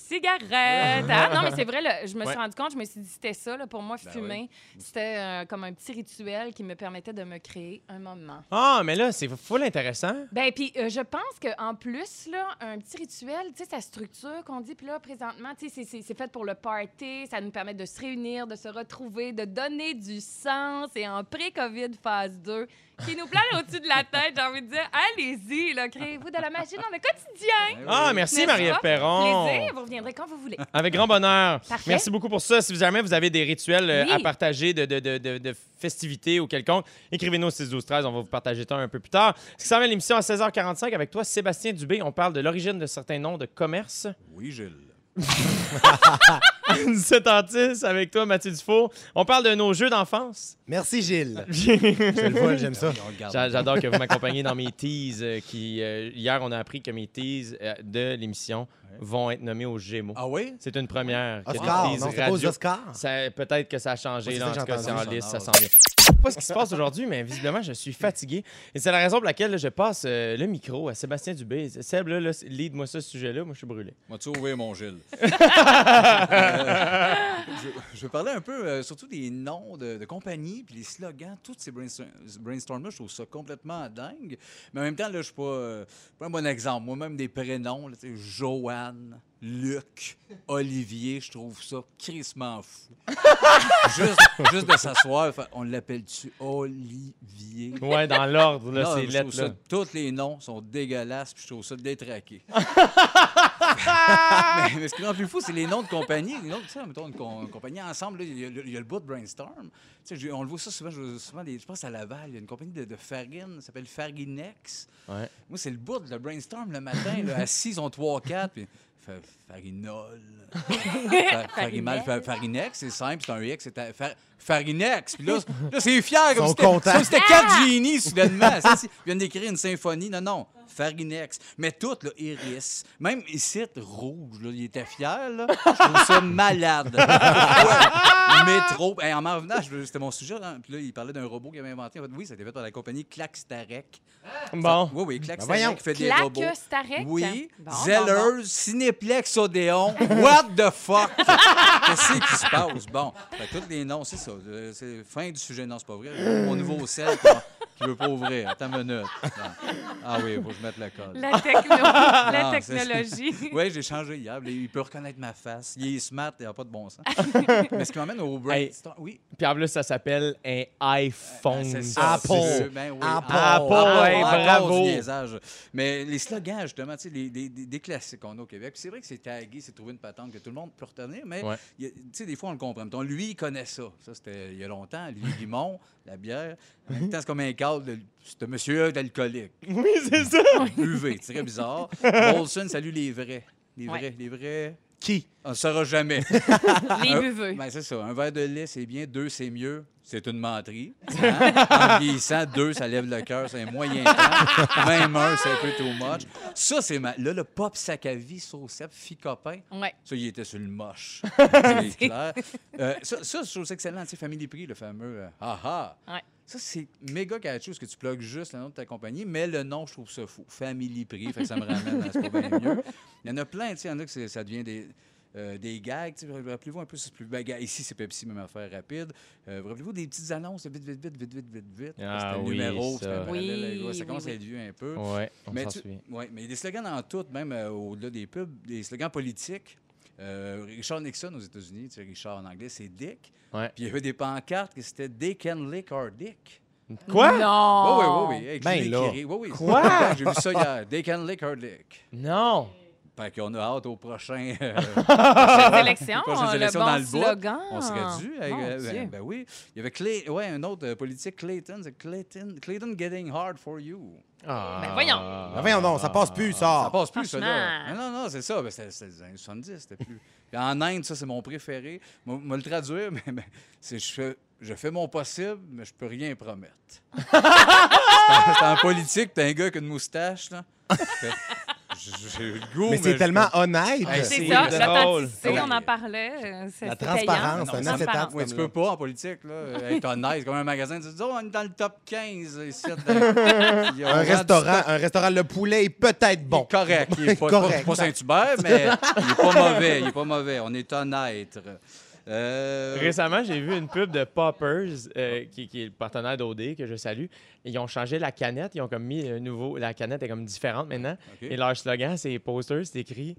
cigarettes. hein? Non, mais c'est vrai, là, je me
Ouais.
suis rendu compte, je me suis dit, c'était ça, là, pour moi,
Ben
fumer. C'était euh, comme un petit rituel qui me permettait de me créer un moment.
Ah, mais là, c'est full intéressant.
Ben puis euh, je pense que en plus là, un petit rituel, tu sais sa structure qu'on dit puis là présentement, tu sais c'est- c'est c'est fait pour le party, ça nous permet de se réunir, de se retrouver, de donner du sens et en pré-Covid phase 2 qui nous plane au-dessus de la tête, j'ai envie de dire allez-y là, créez-vous de la magie dans le
Ben
quotidien.
Ah, merci
N'est-ce
Marie-Ève
pas?
Perron.
Plaisir, vous reviendrez quand vous voulez.
Avec grand bonheur.
Parfait.
Merci beaucoup pour ça. Si jamais vous avez des rituels euh,
Oui.
à partager de, de, de, de- de festivités ou quelconque, écrivez-nous au 6 12 13 On va vous partager ça un peu plus tard. Ce qui s'en vient à l'émission à 16h45 avec toi, Sébastien Dubé. On parle de l'origine de certains noms de commerce.
Oui, Gilles.
17 h 10 avec toi, Mathieu Dufour. On parle de nos jeux d'enfance.
Merci, Gilles. C'est le fun, j'aime ça.
On regarde.
J'a- J'adore que vous m'accompagniez dans mes teas. euh, qui, euh, hier, on a appris que mes teas euh, de l'émission vont être nommés aux Gémeaux.
Ah oui?
C'est une première. que des
Oscar,
teas
non, Ah, c'est pas
radio-
aux Oscars.
Ça- Peut-être que ça a changé.
Oui, Ah. c'est
là, en
ça
tout
que
cas,
j'ai
c'est en
entendu. Ah,
liste, ça s'en vient. Je sais pas ce qui se passe aujourd'hui, mais visiblement, je suis fatigué. Et c'est la raison pour laquelle là, je passe euh, le micro à Sébastien Dubé. Seb, là, là, lead-moi ça, ce sujet-là. Moi, je suis brûlé.
M'as-tu ouvert mon Gilles? Euh, je, je veux parler un peu euh, surtout des noms de, de compagnies, puis les slogans, toutes ces brainstorm- brainstorms-là, je trouve ça complètement dingue. Mais en même temps, là, je suis pas, euh, pas un bon exemple. Moi-même, des prénoms, là, tu sais, Joanne, Luc, Olivier, je trouve ça crissement fou. juste, juste de s'asseoir, fait, on l'appelle-tu Olivier?
Ouais, dans l'ordre, là,
Non,
ces
je trouve ça-
lettres-là.
tous les noms sont dégueulasses, puis je trouve ça détraqué. mais, mais ce qui est le plus fou, c'est les noms de compagnie. Les noms, tu sais, mettons, une, com- une compagnie ensemble, là, il y, a le- il y a le bout de brainstorm. Tu sais, je- on le voit ça souvent, je, vois souvent des- je pense à Laval, il y a une compagnie de, de farine, ça s'appelle Farinex.
Ouais.
Moi, c'est le bout de le brainstorm le matin, là, assis, on 3-4, puis fa- farinol. Fa- Farimal, fa- Farinex, c'est simple, c'est un X, c'est un- fa- Farinex. Puis là, là, c'est fier comme
Ils
si
sont contents.
c'était- comme si c'était quatre génies soudainement. Ça, c'est- Ils viennent d'écrire une symphonie. Non, non, Farinex. Mais toutes, là, Iris. Même ici, rouge, là, il était fier, là. Je trouve ça malade. Ouais. Métro. Hey, en m'en venant, je- c'était mon sujet. hein. Puis là, il parlait d'un robot qu'il avait inventé. En fait, oui, ça a été fait par la compagnie Claxtarek.
Bon.
Oui, oui, Clack
Ben
Starek
voyons.
qui fait
Clack
des robots.
Starek?
Oui.
Bon,
Zellers,
bon,
Cinéplex Odéon. What the fuck? Qu'est-ce qui se passe? Bon, fait que tous les noms, c'est ça. Euh, C'est fin du sujet. Non, c'est pas vrai. Mon nouveau sel qui qui veut pas ouvrir. Attends une minute. Non. Ah oui, faut que je mette le code.
La, techno- la
Non, c'est-
technologie.
Oui, j'ai changé hier. Il peut reconnaître ma face. Il est smart, il n'a pas de bon sens. Mais ce qui m'amène au brainstorm. Oui.
Puis en plus, ça s'appelle un iPhone.
Ah, C'est ça,
Apple.
c'est- ben oui,
Apple.
Apple, hey, bravo.
Ah, du niaisage. Mais les slogans, justement, tu sais, les, les- des- des classiques qu'on a au Québec. Puis C'est vrai que c'est tagué, c'est trouvé une patente que tout le monde peut retenir, mais
Ouais.
il y a- tu sais, des fois, on le comprend. Mettons, lui, il connaît ça. Ça, c'était il y a longtemps. Lui, Guimont, la bière. En même temps, c'est comme un cadre de ce monsieur d'alcoolique.
Oui, c'est ça.
UV, très bizarre. Bolson, salut les vrais. Les
Ouais.
vrais, les vrais.
Qui?
On ne saura jamais.
Les
Un-
buveux.
Ben, c'est ça. Un verre de lait, c'est bien. Deux, c'est mieux. C'est une menterie. Hein? En vieillissant, deux, ça lève le cœur. C'est un moyen temps. Même un, c'est un peu too much. Ça, c'est ma... Là, le pop sac à vie, saucep, ficopin.
Ouais.
Ça, il était sur le moche. C'est clair. Euh, ça, ça, je trouve ça excellent. Tu sais, Family Prix, le fameux. euh, ah ah.
Ouais.
Ça, c'est méga catchy, parce que tu plugues juste le nom de ta compagnie, mais le nom, je trouve ça fou. Family Prix, fait que ça me ramène à ce pas bien mieux. Il y en a plein, tu sais, il y en a que c'est- ça devient des... euh, des gags, tu sais, rappelez-vous un peu, c'est plus bagarre. Ici, c'est Pepsi, même affaire rapide. Euh, rappelez-vous des petites annonces, vite, vite, vite, vite, vite, vite, vite.
Ah
C'était le
oui,
numéro,
ça.
c'était un parallèle,
Oui,
ouais,
oui,
ça commence
oui.
à être vieux un peu.
Ouais, on
mais
s'en
tu-
souvient.
ouais, mais il y a des slogans dans tout, même euh, au-delà des pubs, des slogans politiques. Euh, Richard Nixon aux États-Unis, tu sais, Richard en anglais, c'est Dick.
Ouais.
Puis il y avait des pancartes que c'était They can lick our dick.
Quoi?
Non!
Oui, oui, oui. Avec
Ben
Julie
là.
Curie. Oui, oui.
Quoi?
J'ai vu ça hier. They can lick our dick.
Non!
Fait qu'on a hâte au prochain. euh,
Les élections,
prochaines
le
élections
bon
dans le bois.
slogan.
On serait dû. avec-
Mon
euh,
Dieu.
ben, ben oui. Il y avait Clay, ouais, un autre euh, politique, Clayton. c'est Clayton. Clayton getting hard for you.
Ah.
voyons.
Euh,
Ben voyons donc, ça passe plus, ça.
Ça passe plus, ça, là.
franchement.
Non, non, non, c'est ça. Ben, C'était c'était les années 70, c'était plus... Puis en Inde, ça, c'est mon préféré. Moi, moi, le traduire, mais, mais c'est je fais, je fais mon possible, mais je peux rien promettre. c'est en politique, t'as un gars qui a une moustache, là. Fait- J'ai j'ai eu le goût,
Mais c'est
je-
tellement honnête.
C'est
Hey, C'est
ça,
drôle.
l'authenticité, on en
Ouais.
parlait. euh, c'est-
La
c'est
transparence, hein,
payant.
un
La
acceptable.
transparence.
Oui, tu peux pas en politique, là, être honnête. C'est comme un magasin, tu te dis, oh, on est dans le top 15 ici. dans- Puis on vend
Un
du
restaurant, un restaurant, le poulet est peut-être
Bon.
bon.
correct. Il est pas,
Correct.
pas- pas Saint-Hubert, mais il est pas mauvais. Il est pas mauvais. On est honnête. Euh,
Récemment, j'ai vu une pub de Poppers, euh, qui, qui est le partenaire d'OD, que je salue. Ils ont changé la canette. Ils ont comme mis un nouveau. La canette est comme différente maintenant.
OK.
Et leur slogan, c'est posters, c'est écrit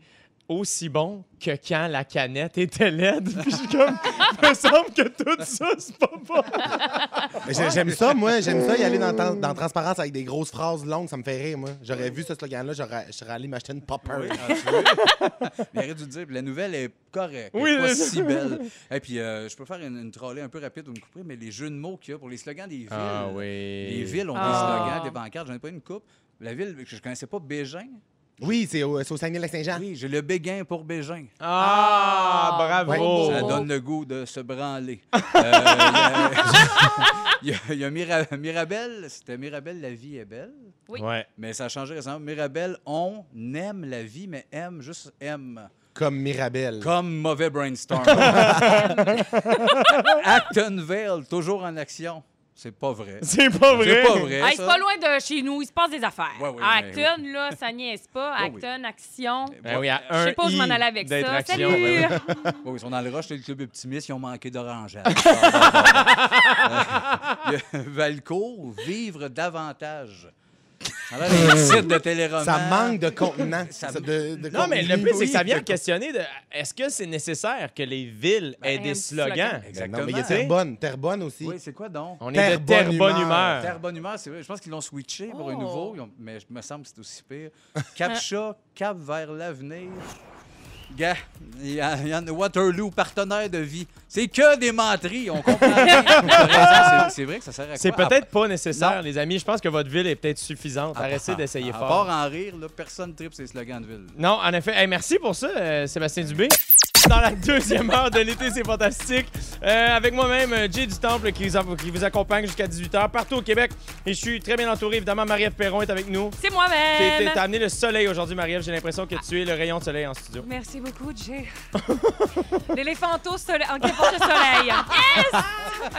aussi bon que quand la canette était laide. Puis je suis comme, il me semble que tout ça, c'est pas bon.
Mais
Ah.
j'ai- J'aime ça, moi. J'aime ça y aller dans, tran- dans Transparence avec des grosses phrases longues. Ça me fait rire, moi. J'aurais vu ce slogan-là, j'aurais- je serais allé m'acheter une popper.
Ah, tu vois? Il aurait dû dire, la nouvelle est correcte.
Oui,
Oui, elle est
c'est
pas
ça.
si belle. Et puis, euh, je peux faire une, une trolley un peu rapide, vous me couperez, mais les jeux de mots qu'il y a pour les slogans des villes.
Ah oui.
Les villes ont
Ah.
des slogans, des bancards. J'en ai pas une coupe. La ville que je connaissais pas, Bégin.
Oui, c'est au, c'est au Saguenay-Lac-Saint-Jean.
Oui, j'ai le Béguin pour Bégin.
Ah,
Ah,
bravo.
Ça
Oh.
donne le goût de se branler. Euh, il y a- il y a, il y a Mira- Mirabelle, c'était Mirabelle, la vie est belle.
Oui.
Ouais.
Mais ça a changé récemment. Mirabelle, on aime la vie, mais aime, juste aime.
Comme Mirabelle.
Comme mauvais brainstorm. Acton Vale, toujours en action. C'est pas vrai.
C'est pas vrai.
C'est pas vrai.
Hey, c'est
ça.
pas loin de chez nous, il se passe des affaires.
Ouais, ouais,
à
mais
Acton, là, ça niaise pas.
Ouais, oui.
Acton, action.
Ben oui, à
Je
un
sais pas où je
i
m'en allais avec
d'être
ça.
action,
Salut!
ben oui.
Oui, ils sont dans le rush, le club optimiste, ils ont manqué Euh, d'orange. Valco, vivre davantage. Ça a l'air d'un site de téléroman.
Euh, Ça manque de contenant.
Ça-
Ça- de- de
euh, Non, mais le
contenu.
plus, c'est que
Oui.
ça vient à questionner de est-ce que c'est nécessaire que les villes aient
Ben,
des
un petit slogan.
slogans?
Ben
Exactement.
non, mais il y a Terrebonne. Terrebonne aussi.
Oui, c'est quoi donc?
On est
Terre
de terre
bonne
bonne humeur.
humeur.
Terre Bonne Humeur, c'est vrai. Je pense qu'ils l'ont switché pour un
Oh.
nouveau, ils ont- mais je me semble que c'est aussi pire. Capcha, cap vers l'avenir. Gars, il y, a- il y en a Waterloo, partenaire de vie. C'est que des menteries, on comprend. rien. T'as raison, c'est- c'est vrai que ça sert à quoi?
C'est
À-
peut-être pas nécessaire,
Non. Ah,
les amis. Je pense que votre ville est peut-être suffisante. Arrêtez d'essayer
à
fort.
part en rire, là, personne tripe ses slogans de ville.
Non, en effet. Hey, merci pour ça, euh, Sébastien Dubé. Dans la deuxième heure de l'été, c'est fantastique. Euh, avec moi-même, euh, Jay du Temple qui vous, a- qui vous accompagne jusqu'à 18h partout au Québec. Et je suis très bien entouré. Évidemment, Marie-Ève Perron est avec nous.
C'est
T'es- t'es-
moi-même.
T'as amené le soleil aujourd'hui, Marie-Ève. J'ai l'impression que tu es le rayon de soleil en studio.
Merci beaucoup, Jay. L'éléphanto soleil. En guimauve de soleil. Yes!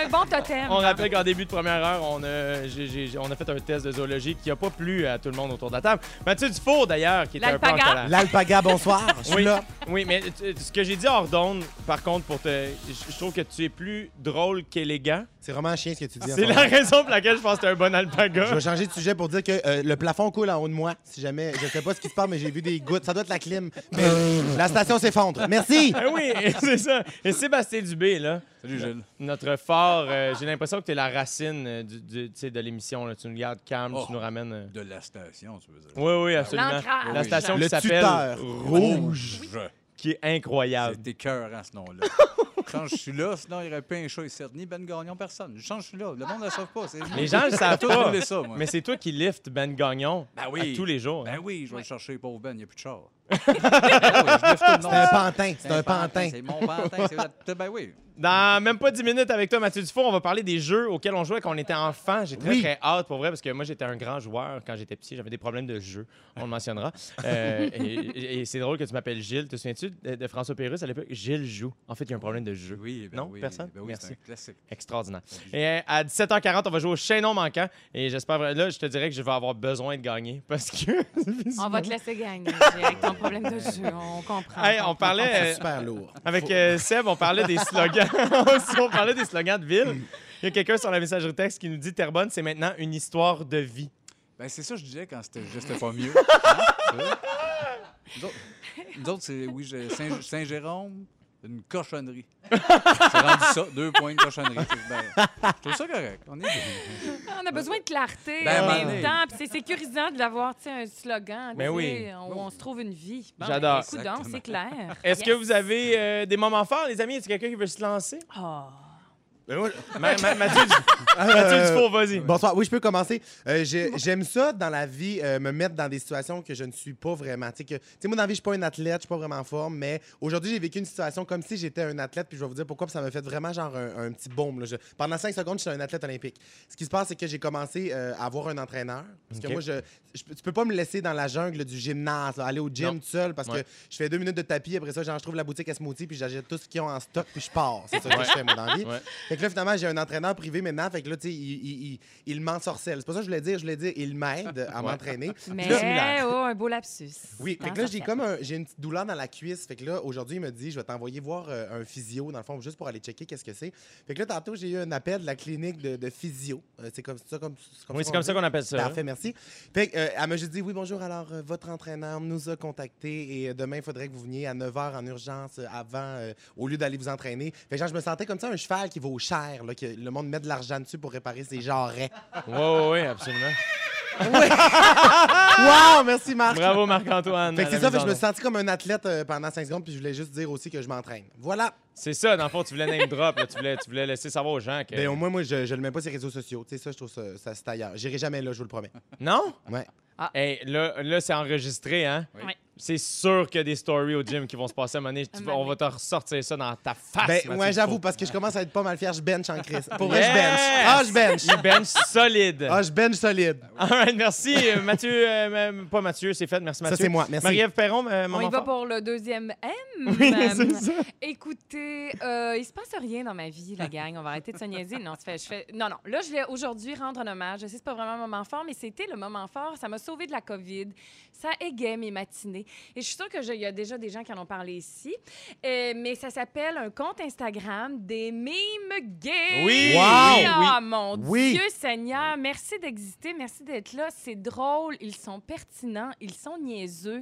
Un bon totem.
On rappelle qu'en début de première heure, on a, j'ai- j'ai- j'ai- on a fait un test de zoologie qui n'a pas plu à tout le monde autour de la table. Mathieu Dufour, d'ailleurs, qui était un peu en
L'alpaga.
colère.
L'alpaga, bonsoir. Je suis
Oui,
là.
oui, mais tu- tu- ce que j'ai dit hors d'onde, par contre, pour te, je je trouve que tu es plus drôle qu'élégant.
C'est vraiment chien ce que tu dis. en
C'est
ce
la
moment.
raison pour laquelle je pense que t'es un bon
Je
alpaga.
vais changer de sujet pour dire que euh, le plafond coule en haut de moi. Si jamais, je sais pas ce qui se passe, mais j'ai vu des gouttes. Ça doit être la clim. Mais la station s'effondre. Merci.
Euh. Ah oui, c'est ça. Et Sébastien Dubé, là,
Salut Gilles.
notre fort, euh, j'ai l'impression que t'es la racine euh, du, du- tu sais, de l'émission. là. Tu nous gardes calme,
Oh.
tu nous ramènes. euh.
De la station, tu veux dire.
Oui, oui, absolument.
L'ancrage.
La station
Le
qui s'appelle
tuteur.
Rouge, qui est incroyable.
C'était cœur à ce nom-là. Change, je suis là, sinon il n'y aurait pas un chat ici. Ni Ben Gagnon, personne. Change, je suis là. Le monde ne le savent pas. c'est-
Les gens le savent
Tout
pas.
trouvé ça, moi.
Mais c'est toi qui lift Ben Gagnon
Ben oui.
à tous les jours.
Ben
hein.
oui, je vais
Ouais.
le chercher, pauvre Ben, il n'y a plus de char. Ah oui, je lève tout le nom.
C'est un pantin. C'est un pantin.
C'est mon pantin. c'est votre- Ben oui.
Dans même pas 10 minutes avec toi, Mathieu Dufour, on va parler des jeux auxquels on jouait quand on était enfant. J'ai très,
Oui.
très hâte, pour vrai, parce que moi, j'étais un grand joueur quand j'étais petit. J'avais des problèmes de jeu. On le mentionnera. Euh, et et- et c'est drôle que tu m'appelles Gilles. Te souviens-tu de, de François Pérus à l'époque? Gilles joue. En fait, il y a un problème de jeu.
Oui, ben
Non,
oui,
personne?
ben oui,
Merci.
C'est un classique.
Extraordinaire. Et euh, à 17h40, on va jouer au chaînon manquant. Et j'espère, là, je te dirais que je vais avoir besoin de gagner parce que.
On va te laisser gagner Jay, avec ton problème de jeu. On comprend.
Hey, on parlait. euh,
Super lourd.
Avec euh, Seb, on parlait des slogans. Aussi, on parlait des slogans de ville. Il y a quelqu'un sur la messagerie texte qui nous dit Terrebonne, c'est maintenant une histoire de vie.
Ben, c'est ça que je disais quand c'était juste pas mieux. Hein, tu sais. Nous autres- Nous autres, c'est oui, je- Saint- Saint-Jérôme, une cochonnerie. c'est rendu ça, deux points de cochonnerie. C'est- ben, je trouve ça correct. On est bien.
On a besoin de clarté
Ben,
en
ben,
même
ben.
temps. puis c'est sécurisant de l'avoir, tu sais, un slogan. tu
Ben oui.
sais, On, on se trouve une vie. Bon,
J'adore.
ben, coudonc, c'est clair.
Est-ce que
Yes.
vous avez euh, des moments forts, les amis Est-ce que quelqu'un qui veut se lancer
Ah.
Ma- ma- Mathieu, Ah, Du-
Euh,
Mathieu Dufour, vas-y.
Bonsoir. Oui, je peux commencer. Euh, j'ai- J'aime ça dans la vie, euh, me mettre dans des situations que je ne suis pas vraiment. Tu sais, que- tu sais, moi, dans la vie, je suis pas un athlète, je suis pas vraiment en forme, mais aujourd'hui, j'ai vécu une situation comme si j'étais un athlète, puis je vais vous dire pourquoi, puis ça m'a fait vraiment genre un, un petit boom. là. Je- pendant cinq secondes, je suis un athlète olympique. Ce qui se passe, c'est que j'ai commencé euh, à avoir un entraîneur. Parce
Ok.
que moi, je, je peux- tu peux pas me laisser dans la jungle du gymnase, là, aller au gym
Non.
tout seul, parce
Ouais.
que je fais deux minutes de tapis, après ça, genre, je trouve la boutique à smoothie, puis j'achète tout ce qu'ils ont en stock, puis je pars. C'est ça que je fais, moi, dans la vie.
Ouais.
Fait que là, finalement, j'ai un entraîneur privé maintenant. Fait que là, tu sais, il, il, il, il m'ensorcelle. C'est pas ça que je voulais dire. Je voulais dire, il m'aide à m'entraîner. Puis là-
Mais oh, un beau lapsus.
oui, fait que là, j'ai comme un- j'ai une petite douleur dans la cuisse. Fait que là, aujourd'hui, il me dit, je vais t'envoyer voir euh, un physio, dans le fond, juste pour aller checker qu'est-ce que c'est. Fait que là, tantôt, j'ai eu un appel de la clinique de, de physio. Euh, c'est comme ça, comme, c'est
Oui, c'est comme ça
dit.
qu'on appelle ça. hein.
Parfait, merci. Fait que, euh, elle m'a juste dit oui, bonjour. Alors, euh, votre entraîneur nous a contacté et euh, demain, il faudrait que vous veniez à 9 h en urgence euh, avant, euh, au lieu d'aller vous entraîner. Fait que, genre, je me sentais comme ça, un cheval qui vaut cher, là, que le monde met de l'argent dessus pour réparer ses jarrets.
Oui, oui, oui, absolument.
wow, merci, Marc.
Ah! Bravo, Marc-Antoine.
Fait que
à
c'est
la
ça,
mise
fait que
en
je me
onde.
suis senti comme un athlète euh, pendant 5 secondes, puis je voulais juste dire aussi que je m'entraîne. Voilà.
C'est ça, dans le fond, tu voulais name drop, là, tu, voulais, tu voulais laisser savoir aux gens que.
Ben, au moins, moi, je, je le mets pas sur les réseaux sociaux. Tu sais, ça, je trouve ça, ça c'est ailleurs. J'irai jamais là, je vous le promets.
Non
Ouais.
Hey, là, là c'est enregistré, hein
Ah. Oui.
C'est sûr qu'il y a des stories au gym qui vont se passer à un moment donné. Tu-
Un moment
on va te ressortir ça dans ta face.
Ben,
Ah, Mathieu
ouais, j'avoue,
Dufour.
parce que je commence à être pas mal fier. Je bench en crise. Pour vrai, je
Yes!
bench. Ah, je bench.
Il bench solide.
Ah, je bench solide.
All right, merci euh, Mathieu. euh, m- pas Mathieu, c'est fait. Merci
Ça,
Mathieu.
c'est moi, merci.
Marie-Ève Perron, euh,
On
maman
y va
fort.
pour le deuxième M.
Oui,
Euh,
c'est ça.
Écoutez, euh, il se passe rien dans ma vie, la gang. On va arrêter de se niaiser. Non, tu fais- je fais, non, non. Là, je vais aujourd'hui rendre un hommage. Je sais, c'est pas vraiment un moment fort, mais c'était le moment fort. Ça m'a sauvé de la COVID. Ça égaye mes matinées. Et je suis sûre qu'il y a déjà des gens qui en ont parlé ici. Euh, mais ça s'appelle un compte Instagram des mimes gays.
Oui!
Wow!
Ah, mon
Oui.
Dieu Seigneur! Merci d'exister, merci d'être là. C'est drôle, ils sont pertinents, ils sont niaiseux.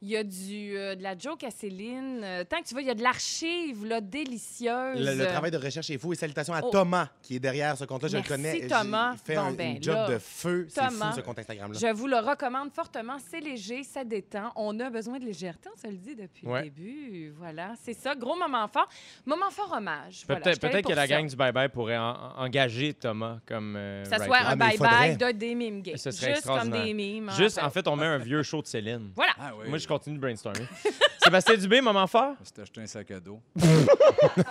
Il y a du, euh, de la joke à Céline. Euh, tant que tu veux, il y a de l'archive, là, délicieuse. Euh,
Le, le travail de recherche est fou. Et salutations à
Oh.
Thomas, qui est derrière ce compte-là. Je
Merci,
le connais. J'ai
Thomas.
fait
Bon,
un
ben,
une job
là,
de feu. C'est fou,
Thomas.
ce compte Instagram-là.
Je vous le recommande fortement. C'est léger, ça détend. On a besoin de légèreté, on se le dit depuis le
Ouais.
début. Voilà, c'est ça. Gros moment fort. Moment fort hommage. Voilà,
Peut-être
j'étais allée
peut-être que
pour ça.
la gang du Bye Bye pourrait en- engager Thomas comme. euh,
Que ça soit
writer.
un
Ah, mais il
bye-bye de des mimes gays.
Ce serait
Juste comme
extraordinaire.
des mimes. hein,
Juste,
fait.
en fait, on met un vieux show de Céline.
Voilà.
Ah oui.
Moi, je continue de brainstormer. Sébastien Dubé, moment fort?
Je t'ai acheté un sac à dos.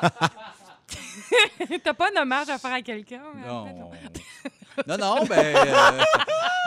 Ah.
T'as pas un hommage à faire à quelqu'un? mais en fait,
Non. non, non, ben. euh,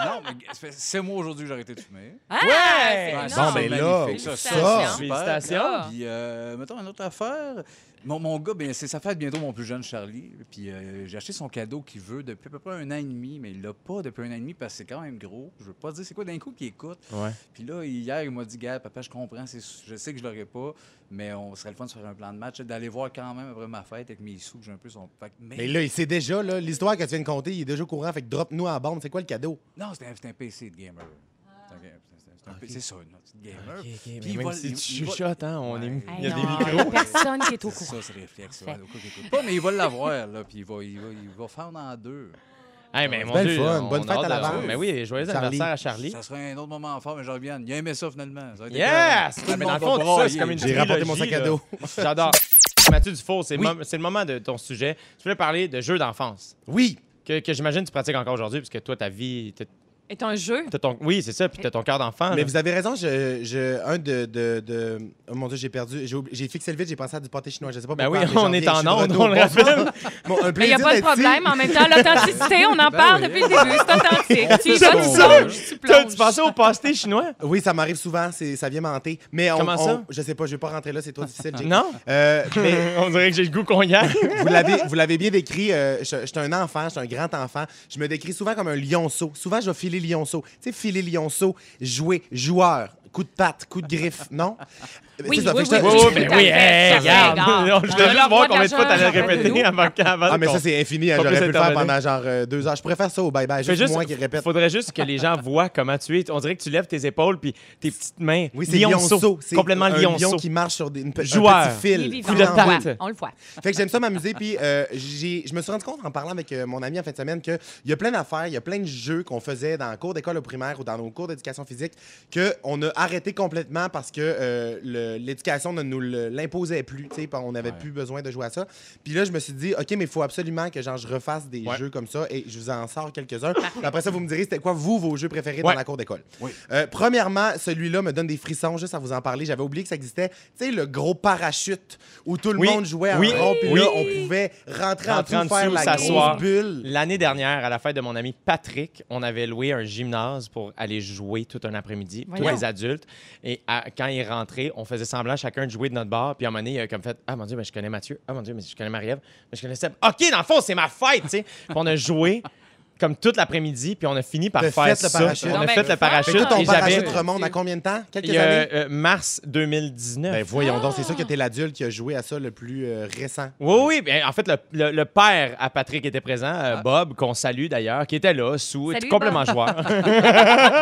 non, mais ça fait c'est moi aujourd'hui que j'ai arrêté de fumer.
Ah,
Ouais!
c'est
Bon,
énorme.
ben là,
magnifique,
ça,
ça,
ça.
super.
Félicitations.
Ah.
Puis, euh, mettons, une autre affaire. Mon, mon gars, ben, c'est sa fête bientôt, mon plus jeune Charlie. Puis, euh, j'ai acheté son cadeau qu'il veut depuis à peu près un an et demi, mais il l'a pas depuis un an et demi parce que c'est quand même gros. Je veux pas dire c'est quoi d'un coup qu'il écoute.
Ouais.
Puis là, hier, il m'a dit, gars, papa, je comprends, c'est- je sais que je l'aurais pas, mais on serait le fun de se faire un plan de match, d'aller voir quand même après ma fête avec mes sous que j'ai un peu son pack.
Mais là, il sait déjà, là, l'histoire que tu viens de compter, il est déjà au courant. Fait que drop-nous à la bombe. C'est quoi le cadeau?
Non, c'est un, c'est un PC de gamer. C'est un ga- c'est un- c'est un PC, C'est ça, une petite gamer. Puis il
Même
va-
si
il-
tu
il va-
chuchotes, hein, on est...
Hey,
il y a des
non,
micros.
y a personne qui est au
C'est
courant.
ça, ce réflexe. ouais, au cas qu'il écoute pas, mais il va l'avoir, là, puis il va, il va, il va faire en deux.
Hey, mais mon
belle
Dieu,
fun.
on-
Bonne
on a
fête à
hâte de-
l'avance.
Mais oui, joyeux
Charlie.
anniversaire à Charlie.
Ça serait un autre moment fort, mais je reviens. Il a aimé ça, finalement. Ça a été
Yes!
clair.
Tout le
Ah, mais
monde
dans
va
le fond,
brailler.
c'est comme une-
J'ai rapporté mon sac à dos.
là. J'adore. Mathieu Dufour, c'est le
Oui.
mom- c'est le moment de ton sujet. Tu voulais parler de jeux d'enfance,
Oui.
que, que j'imagine tu pratiques encore aujourd'hui, parce que toi, ta vie, t'es-
est un jeu.
T'as ton... Oui, c'est ça, puis t'as ton cœur d'enfant.
Mais
là.
vous avez raison, je, je- un de, de, de- Oh mon Dieu, j'ai perdu. J'ai oubli- J'ai fixé le vide, j'ai pensé à du pâté chinois. Je sais pas
Ben oui,
pourquoi, mais
on
j'en
est
viens,
en
je suis de
onde,
retour.
on le rappelle.
Bon,
Mais il n'y Ben, a
un
pas de
plaisir d'être ici.
problème. hein. En même temps, l'authenticité, on en parle
oui.
depuis le début. C'est authentique. Tu y vas, tu
J'aime
ça.
plonges, tu
T'as-
plonges.
Tu pensais au pasté chinois?
Oui, ça m'arrive souvent, c'est- ça vient menter. Mais on,
Comment ça?
on- je sais pas, je vais pas rentrer là, c'est trop difficile. Jake.
Non?
Euh, mais
on dirait que j'ai le goût qu'on y aille.
vous l'avez, vous l'avez bien décrit. euh, je, je suis un enfant, je suis un grand enfant. Je me décris souvent comme un lionceau. Souvent, je vais filer lionceau. Tu sais, filer lionceau, jouer, joueur, coup de patte, coup de griffe, non?
Oui,
Tu sais, ça
oui,
fait que je
Oui,
te-
oui,
oui, ben
tout à
mais oui,
fait,
hey,
tout à fait,
regarde.
regarde.
Je
On
voulais
a leur
juste voir
droit de
combien de fois t'allais
l'argent,
répéter
rappelle-nous.
avant qu'avant.
Ah, mais ça,
qu'on-
c'est infini. hein,
Pas
J'aurais
plus
pu le faire
intervenir.
pendant genre euh, deux heures. Je préfère ça au bye-bye.
Fais
Juste, moi qui répète.
Faudrait juste que les gens voient comment tu es. On dirait que tu lèves tes épaules puis tes petites mains.
Oui, c'est
lionceau.
lionceau. C'est
Complètement
un lion
lionceau.
qui marche sur des, une, pe- un
Joueur.
petit
Il est
fil.
vivant,
Coup
on
de
le voit,
patte.
On le voit.
Fait que j'aime ça m'amuser. Puis euh, j'ai- je me suis rendu compte en parlant avec euh, mon ami en fin de semaine qu'il y a plein d'affaires, il y a plein de jeux qu'on faisait dans le cours d'école au primaire ou dans nos cours d'éducation physique qu'on a arrêté complètement parce que euh, le- l'éducation ne nous le- l'imposait plus. tu sais, On n'avait plus besoin de jouer à ça. Puis là, je me suis dit, OK, mais il faut absolument que genre, je refasse des
Ouais.
jeux comme ça et je vous en sors quelques-uns. Puis Après ça, vous me direz, c'était quoi, vous, vos jeux préférés
Ouais.
dans la cour d'école?
Oui.
Euh, premièrement, celui-là me donne des frissons juste à vous en parler. J'avais oublié que ça existait. Tu sais, le gros parachute où tout le
Oui.
monde jouait en
Oui.
rond, puis
Oui.
là, on pouvait rentrer,
Rentrer
en
en
dessous, faire
dessous,
la
s'asseoir.
grosse bulle.
L'année dernière, à la fête de mon ami Patrick, on avait loué un gymnase pour aller jouer tout un après-midi, tous
Voyons.
les adultes. Et à- quand il est rentré, on faisait semblant chacun de jouer de notre bar. Puis à un moment donné, il a comme fait Ah mon Dieu, mais je connais Mathieu. Ah mon Dieu, mais je connais Marie-Ève. Mais je connais Seb. OK, dans le fond, c'est ma fête, tu sais. Puis on a joué. Comme toute l'après-midi, puis on a fini par
T'as
faire
fait le
ça. On
parachute.
Non,
a
ben,
fait le
fun.
Fait
parachute.
que toi, ton
et j'avais-
parachute remonte à combien de temps? Quelques
il y a,
années?
euh, mars 2019.
Ben voyons donc, c'est sûr que t'es l'adulte qui a joué à ça le plus euh, récent.
Oui, oui. ben, en fait, le, le- le père à Patrick était présent, euh,
Ah.
Bob, qu'on salue d'ailleurs, qui était là, sous,
Salut,
complètement joueur.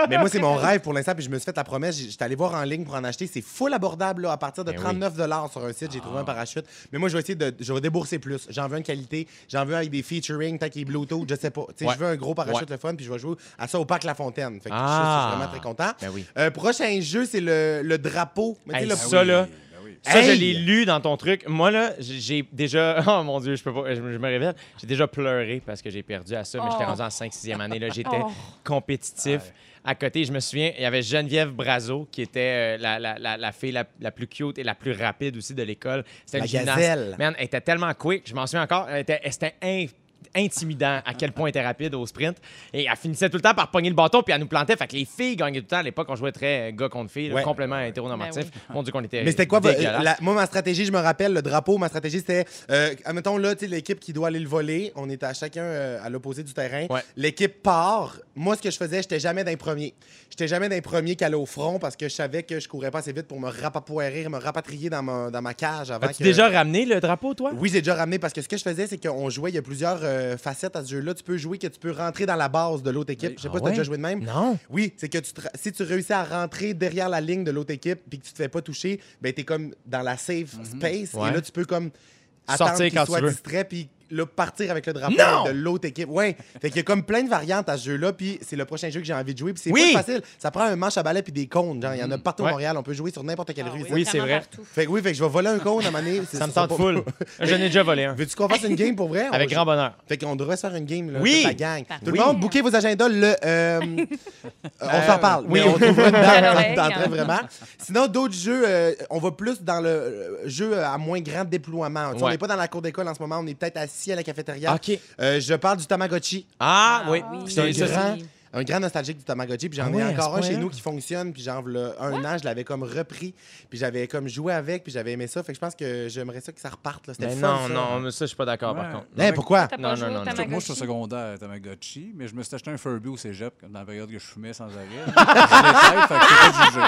Mais moi, c'est mon rêve pour l'instant, puis je me suis fait la promesse. J- J'étais allé voir en ligne pour en acheter. C'est full abordable, là, à partir de
Ben oui. Ah.
39 sur un site. J'ai trouvé un parachute. Mais moi, je vais essayer de. Je vais débourser plus. J'en veux une qualité. J'en veux avec des featuring, tant qu'il est Bluetooth, je sais pas. Tu sais,
Ouais.
je veux un gros parachute
Ouais.
le fun, puis je vais jouer à ça au Parc La Fontaine. Fait que
Ah.
je, suis vraiment très content.
Ben oui.
Euh, prochain jeu, c'est le, le drapeau. Mais tu sais,
Hey,
le-
ça, là.
Ben oui.
Ça, je
Hey!
l'ai lu dans ton truc. Moi, là, j'ai- j'ai déjà. Oh mon Dieu, je peux pas. Je, me- je me révèle. J'ai déjà pleuré parce que j'ai perdu à ça, mais j'étais
Oh.
rendu en 5-6e année. là. J'étais
Oh.
compétitif. À côté, je me souviens, il y avait Geneviève Brazo, qui était euh, la, la- la- la fille la, la plus cute et la plus rapide aussi de l'école. C'était
La
une gymnaste.
gazelle.
Man, elle était tellement quick, je m'en souviens encore. Elle était, elle- c'était in- intimidant à quel point elle était rapide au sprint. Et elle finissait tout le temps par pogner le bâton, puis elle nous plantait. Fait que les filles gagnaient tout le temps. À l'époque, on jouait très euh, gars contre filles, là,
Ouais.
complètement hétéronormatif.
Ben
Mon Dieu, qu'on était.
Mais c'était quoi vo-
dégueulasse.
la- Moi, ma stratégie, je me rappelle, le drapeau, ma stratégie, c'était. Euh, admettons, là, tu sais, l'équipe qui doit aller le voler, on était à chacun euh, à l'opposé du terrain.
Ouais.
L'équipe part. Moi, ce que je faisais, j'étais jamais d'un premier. J'étais jamais d'un premier qui allait au front parce que je savais que je courais pas assez vite pour me rapapoirer, me rapatrier dans ma, dans ma cage avant
As-tu
que.
déjà ramené le drapeau, toi?
Oui, j'ai déjà ramené parce que ce que je faisais, c'est qu'on jouait, il y a plusieurs euh, facettes à ce jeu-là. Tu peux jouer que tu peux rentrer dans la base de l'autre équipe. Je sais
Ah
pas si t'as
ouais?
déjà joué de même.
Non.
Oui, c'est que tu te- si tu réussis à rentrer derrière la ligne de l'autre équipe puis que tu te fais pas toucher, ben t'es comme dans la safe space
Mhm. Ouais.
et là tu peux comme
Sortir
attendre qu'il
quand tu
soit
veux.
distrait puis là partir avec le drapeau
Non!
de l'autre équipe. Ouais, fait qu'il y a comme plein de variantes à ce jeu-là puis c'est le prochain jeu que j'ai envie de jouer puis c'est
Oui! Mhm.
pas facile. Ça prend un manche à balai puis des cônes, genre il y en a partout
Ouais.
à Montréal, on peut jouer sur n'importe quelle rue.
Ah
ici.
Oui, c'est
vraiment
vrai.
partout.
Fait que oui, fait que je vais voler un cône à un moment donné.
Ça me
sera
tente
pas-
full. J'en ai déjà volé un.
Veux-tu qu'on fasse une game pour vrai?
Avec
On-
grand bonheur.
Fait qu'on devrait se faire une game, là,
Oui! Euh,
toute la gang. Tout
Oui.
le monde, bouquez vos agendas. Le, euh, on s'en parle.
oui.
Oui, on trouvera
Quelle
une date
oreille,
d'entrée,
hein.
vraiment. Sinon, d'autres jeux, euh, on va plus dans le euh, jeu à moins grand déploiement. Tu sais, On
Ouais.
n'est pas dans la cour d'école en ce moment. On est peut-être assis à la cafétéria.
Ah, OK.
Euh, je parle du Tamagotchi.
Ah,
Ah,
oui.
oui.
C'est
C'est un
ça, c'est-
grand, un grand nostalgique du Tamagotchi. Puis j'en
Ah ouais,
ai
à
encore
ce
un chez
point-là?
nous qui fonctionne. Puis genre, v'là un an, je l'avais comme repris. Puis j'avais comme joué avec. Puis j'avais aimé ça. Fait que je pense que j'aimerais ça que ça reparte. là. C'était
Mais
fun,
non,
ça.
non, mais ça, je suis pas d'accord, Ah, par
Ouais.
contre.
Hey, pourquoi?
T'as
Non,
pas
non,
joué
non,
au
non.
Tamagotchi?
Moi, je suis au secondaire à Tamagotchi, mais je me suis acheté un Furby au cégep, comme dans la période que je fumais sans arrêt. J'avais tête, fait que j'étais pas jugé.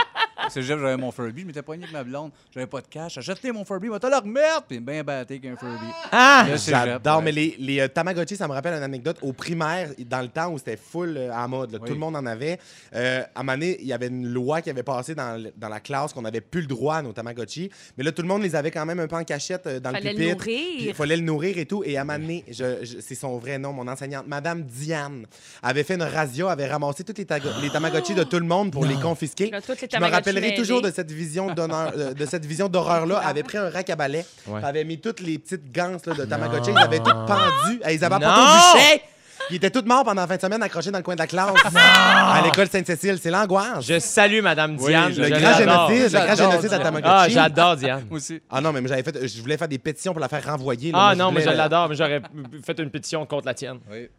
Au cégep, j'avais mon Furby, je m'étais poigné avec ma blonde, j'avais pas de cash, achète-les mon Furby, va te le remettre, puis bien batté qu'un Furby.
Ah!
Le cégep,
J'adore,
ouais.
mais les, les euh, Tamagotchi, ça me rappelle une anecdote. Au primaire, dans le temps où c'était full euh, en mode, là,
Oui.
tout le monde en avait, euh, à un moment donné, il y avait une loi qui avait passé dans, le- dans la classe qu'on n'avait plus le droit à nos Tamagotchi. Mais là, tout le monde les avait quand même un peu en cachette euh, dans
Fallait
le
le
pupitre.
nourrir.
Puis Il fallait le nourrir et tout. Et à un moment donné, je- je- c'est son vrai nom, mon enseignante, Madame Diane, avait fait une razzia, avait ramassé tous les, tago- les Tamagotchi de tout le monde pour les confisquer.
Là, toutes les
je me
Tamagotchi
rappellerai
mêlés.
toujours de cette vision d'honneur- euh, de cette vision d'horreur-là. avait pris un rack à balai,
Ouais.
Oh!
avait mis toutes les petites ganses là, de Tamagotchi, Eh, ils avaient tout pendu. Ils avaient apporté
Non!
au bûcher. Ils étaient tous morts pendant la fin de semaine accrochés dans le coin de la classe. à l'école Sainte-Cécile, c'est l'angoisse.
Je salue Madame
Oui,
Diane.
je-
Le
je
grand
l'adore.
génocide, le grand
J'adore
génocide à
Diane.
Ah,
Tamagotchi.
j'adore Diane.
Moi aussi.
Ah non, mais j'avais fait, je voulais faire des pétitions pour la faire renvoyer. là.
Ah
Moi,
non, mais
voulais- euh,
je l'adore, mais j'aurais fait une pétition contre la tienne.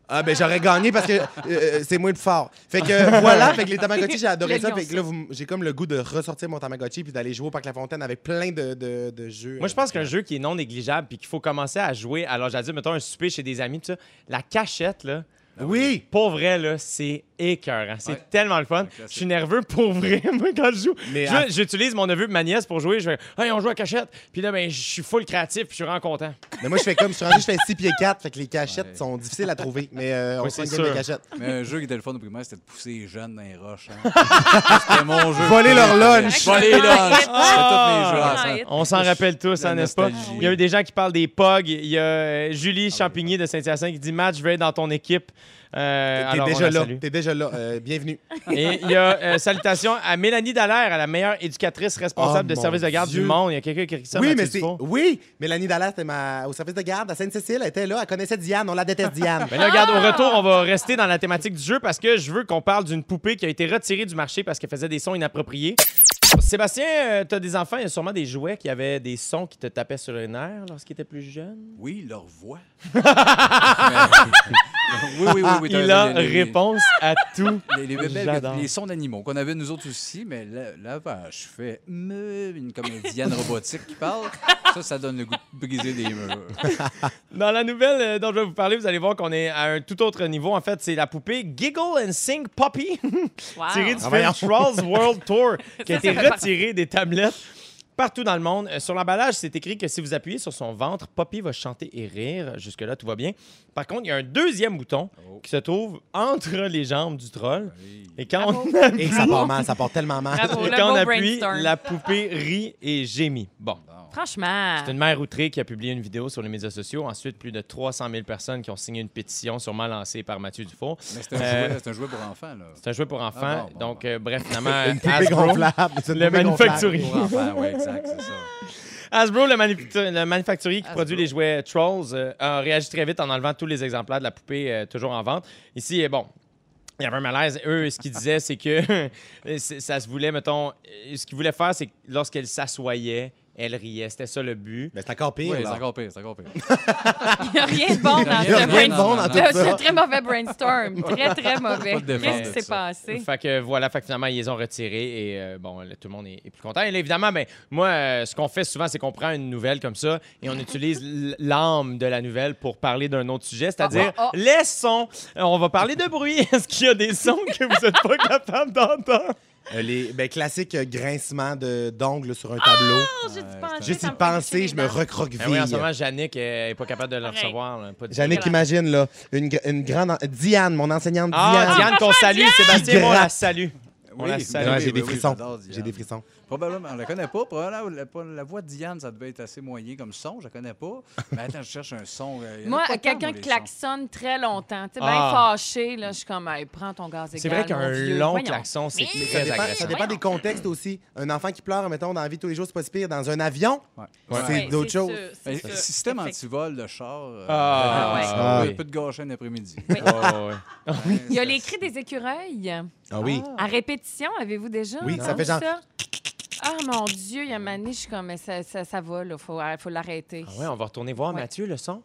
Ah ben j'aurais gagné parce que euh, euh, c'est moins de fort. Fait que euh, voilà, fait que les Tamagotchi, j'ai adoré
Les
ça.
lions,
Fait que là, vous m- j'ai comme le goût de ressortir mon Tamagotchi puis d'aller jouer au Parc La Fontaine avec plein de, de- de jeux.
Moi, je pense qu'un jeu qui est non négligeable puis qu'il faut commencer à jouer, alors j'allais dire, mettons un souper chez des amis, tout ça, la cachette, là.
Ah Oui!
Pour vrai, là, c'est écœurant. C'est
Ouais.
tellement le fun.
classique.
Je suis nerveux pour vrai, moi, quand je joue.
Mais
Je-
à-
J'utilise mon neveu et ma nièce pour jouer. Je fais « Hey, on joue à cachette! » Puis là, ben, je suis full créatif puis je suis vraiment content.
Mais moi, je fais comme, je suis rendu, je fais 6 pieds 4, fait que les cachettes sont difficiles à trouver. Mais euh, on
Oui,
se fait une
c'est
game de
sûr.
cachettes.
Mais un jeu qui était le fun au primaire, c'était de pousser les jeunes dans les roches. hein. c'était mon jeu.
Voler leur lunch.
Voler leur lunch. C'était tous mes jeux
Ah!
ensemble.
On s'en rappelle tous,
La
hein, n'est-ce pas?
nostalgie.
Il y a eu des gens qui parlent des POG. Il y a euh,
Ah
Julie Champigny de Saint-Hyacinthe qui dit « Matt, je vais être dans ton équipe. Euh,
T'es
alors, on
déjà
la
là,
salue.
t'es déjà là. Euh, bienvenue.
Et il y a euh, salutations à Mélanie Dallaire, à la meilleure éducatrice responsable
Oh,
de service de garde
mon
du
Dieu.
monde. Il y a quelqu'un qui a écrit ça.
oui,
Mathieu
mais c'est.
Dufour.
Oui! Mélanie Dallaire, c'était ma... au service de garde à Sainte-Cécile, elle était là, elle connaissait Diane, on la déteste Diane.
Mais là, regarde, au retour, on va rester dans la thématique du jeu parce que je veux qu'on parle d'une poupée qui a été retirée du marché parce qu'elle faisait des sons inappropriés. Sébastien, euh, t'as des enfants, il y a sûrement des jouets qui avaient des sons qui te tapaient sur les nerfs lorsqu'ils étaient plus jeunes.
Oui, leur voix. Mais- oui, oui, oui, oui. t'as
Il
raison,
a
les- les-
réponse à tout.
Les, les bébelles,
J'adore.
les sons d'animaux qu'on avait nous autres aussi, mais là, là ben, je fais meuh, une comédienne robotique qui parle. Ça, ça donne le goût de briser des murs.
Dans la nouvelle euh, dont je vais vous parler, vous allez voir qu'on est à un tout autre niveau. En fait, c'est la poupée Giggle and Sing Poppy.
Wow.
tiré du film
Ah, voyons.
Trolls World Tour, qui a
Ça, ça
été
fait peur.
retiré des tablettes partout dans le monde. Euh, Sur l'emballage, c'est écrit que si vous appuyez sur son ventre, Poppy va chanter et rire. Jusque-là, tout va bien. Par contre, il y a un deuxième bouton
Oh.
qui se trouve entre les jambes du troll. Et quand on
Et ça part mal, ça part tellement mal.
Bravo,
et
le
quand on
beau
appuie,
brainstorm.
la poupée rit et gémit. Bon.
Ah.
Franchement.
C'est une mère outrée qui a publié une vidéo sur les médias sociaux. Ensuite, plus de 300 000 personnes qui ont signé une pétition sûrement lancée par Mathieu Dufour.
Mais c'est un,
Euh,
jouet- c'est un jouet pour enfants, là.
C'est un jouet pour enfants.
bon, bon,
donc,
bon.
euh, bref, finalement,
Une poupée
Hasbro-
gonflable. c'est une
le
poupée gonflable.
manufacturier.
Pour enfants, oui, exact, c'est ça.
Hasbro, le, manufactu- le manufacturier qui
Hasbro.
produit les jouets Trolls, euh, a réagi très vite en enlevant tous les exemplaires de la poupée euh, toujours en vente. Ici, euh, bon. Il y avait un malaise. Eux, ce qu'ils disaient, c'est que euh, c'est- ça se voulait, mettons, euh, ce qu'ils voulaient faire, c'est que lorsqu'elle s'assoyait, elle riait. C'était ça le but.
Mais Ben, c'est encore pire.
Oui, c'est
là.
encore pire, c'est encore pire.
Il n'y a rien de bon dans
Il y a
ce
rien de bon dans
brainstorm.
tout
C'est
ça.
un très mauvais brainstorm. Très, très mauvais.
Pas de défense
Qu'est-ce
de
qui s'est
ça.
passé?
Fait que voilà, fait que finalement, ils les ont retirés et euh, bon, là, tout le monde est, est plus content. Et là, évidemment, ben, moi, euh, ce qu'on fait souvent, c'est qu'on prend une nouvelle comme ça et on utilise l- l'âme de la nouvelle pour parler d'un autre sujet, c'est-à-dire
Oh, oh, oh.
les sons. Euh, On va parler de bruit. Est-ce qu'il y a des sons que vous n'êtes pas capable d'entendre?
Euh, les ben, classiques euh, grincements de- d'ongles sur un tableau.
Oh, j'ai dû
Ouais,
Ah,
pencher,
Juste
ça
y
me fait
penser,
toucher
je
les
me
dents.
recroqueville.
Ben oui, en ce moment, Yannick n'est pas capable de le
Pareil.
recevoir. là, pas du-
Yannick,
Voilà.
imagine, là, une, gra- une grande... en- Diane, mon enseignante
Ah, Diane, Ben qu'on salue. Sébastien,
Qui
moi, on la
gratte.
salue. On la
Oui,
salue.
Ouais,
oui,
j'ai des
oui,
frissons.
j'adore Diane.
J'ai des frissons.
Probablement, on la connaît pas. Probablement, la, la- la voix de Diane, ça devait être assez moyen comme son, je la connais pas. Mais attends, je cherche un son. euh, il y en a
Moi,
pas tant,
quelqu'un
moi, les
qui
sons.
klaxonne très longtemps, tu sais, bien
Ah.
fâché, là, je suis comme, Hey, prends ton gaz égal.
C'est vrai
mon
qu'un
vieux.
long
Voyons.
klaxon, c'est
Mais
Ça
très
dépend, ça
agressant.
dépend des contextes aussi. Un enfant qui pleure, mettons, dans la vie de tous les jours, c'est pas si pire. Dans un avion,
Ouais.
Ouais.
Ouais.
C'est
Ouais,
d'autres choses.
sûr, c'est
Ben,
sûr.
système
hein,
Effectivement.
antivol de char. euh,
Ah,
ouais.
Ah,
oui,
oui.
peut te gâcher un après-midi.
Oui.
Ouais, ouais, ouais.
Ouais,
Ah Il y a
c'est-
les cris des écureuils.
Ah oui.
À répétition, avez-vous déjà
Oui, ça
entendu
fait genre-
Ah, mon Dieu, il y a Mané, je suis comme, mais ça, ça, ça va, là, faut, faut l'arrêter.
Ah ouais, on va retourner voir
Ouais.
Mathieu, le son.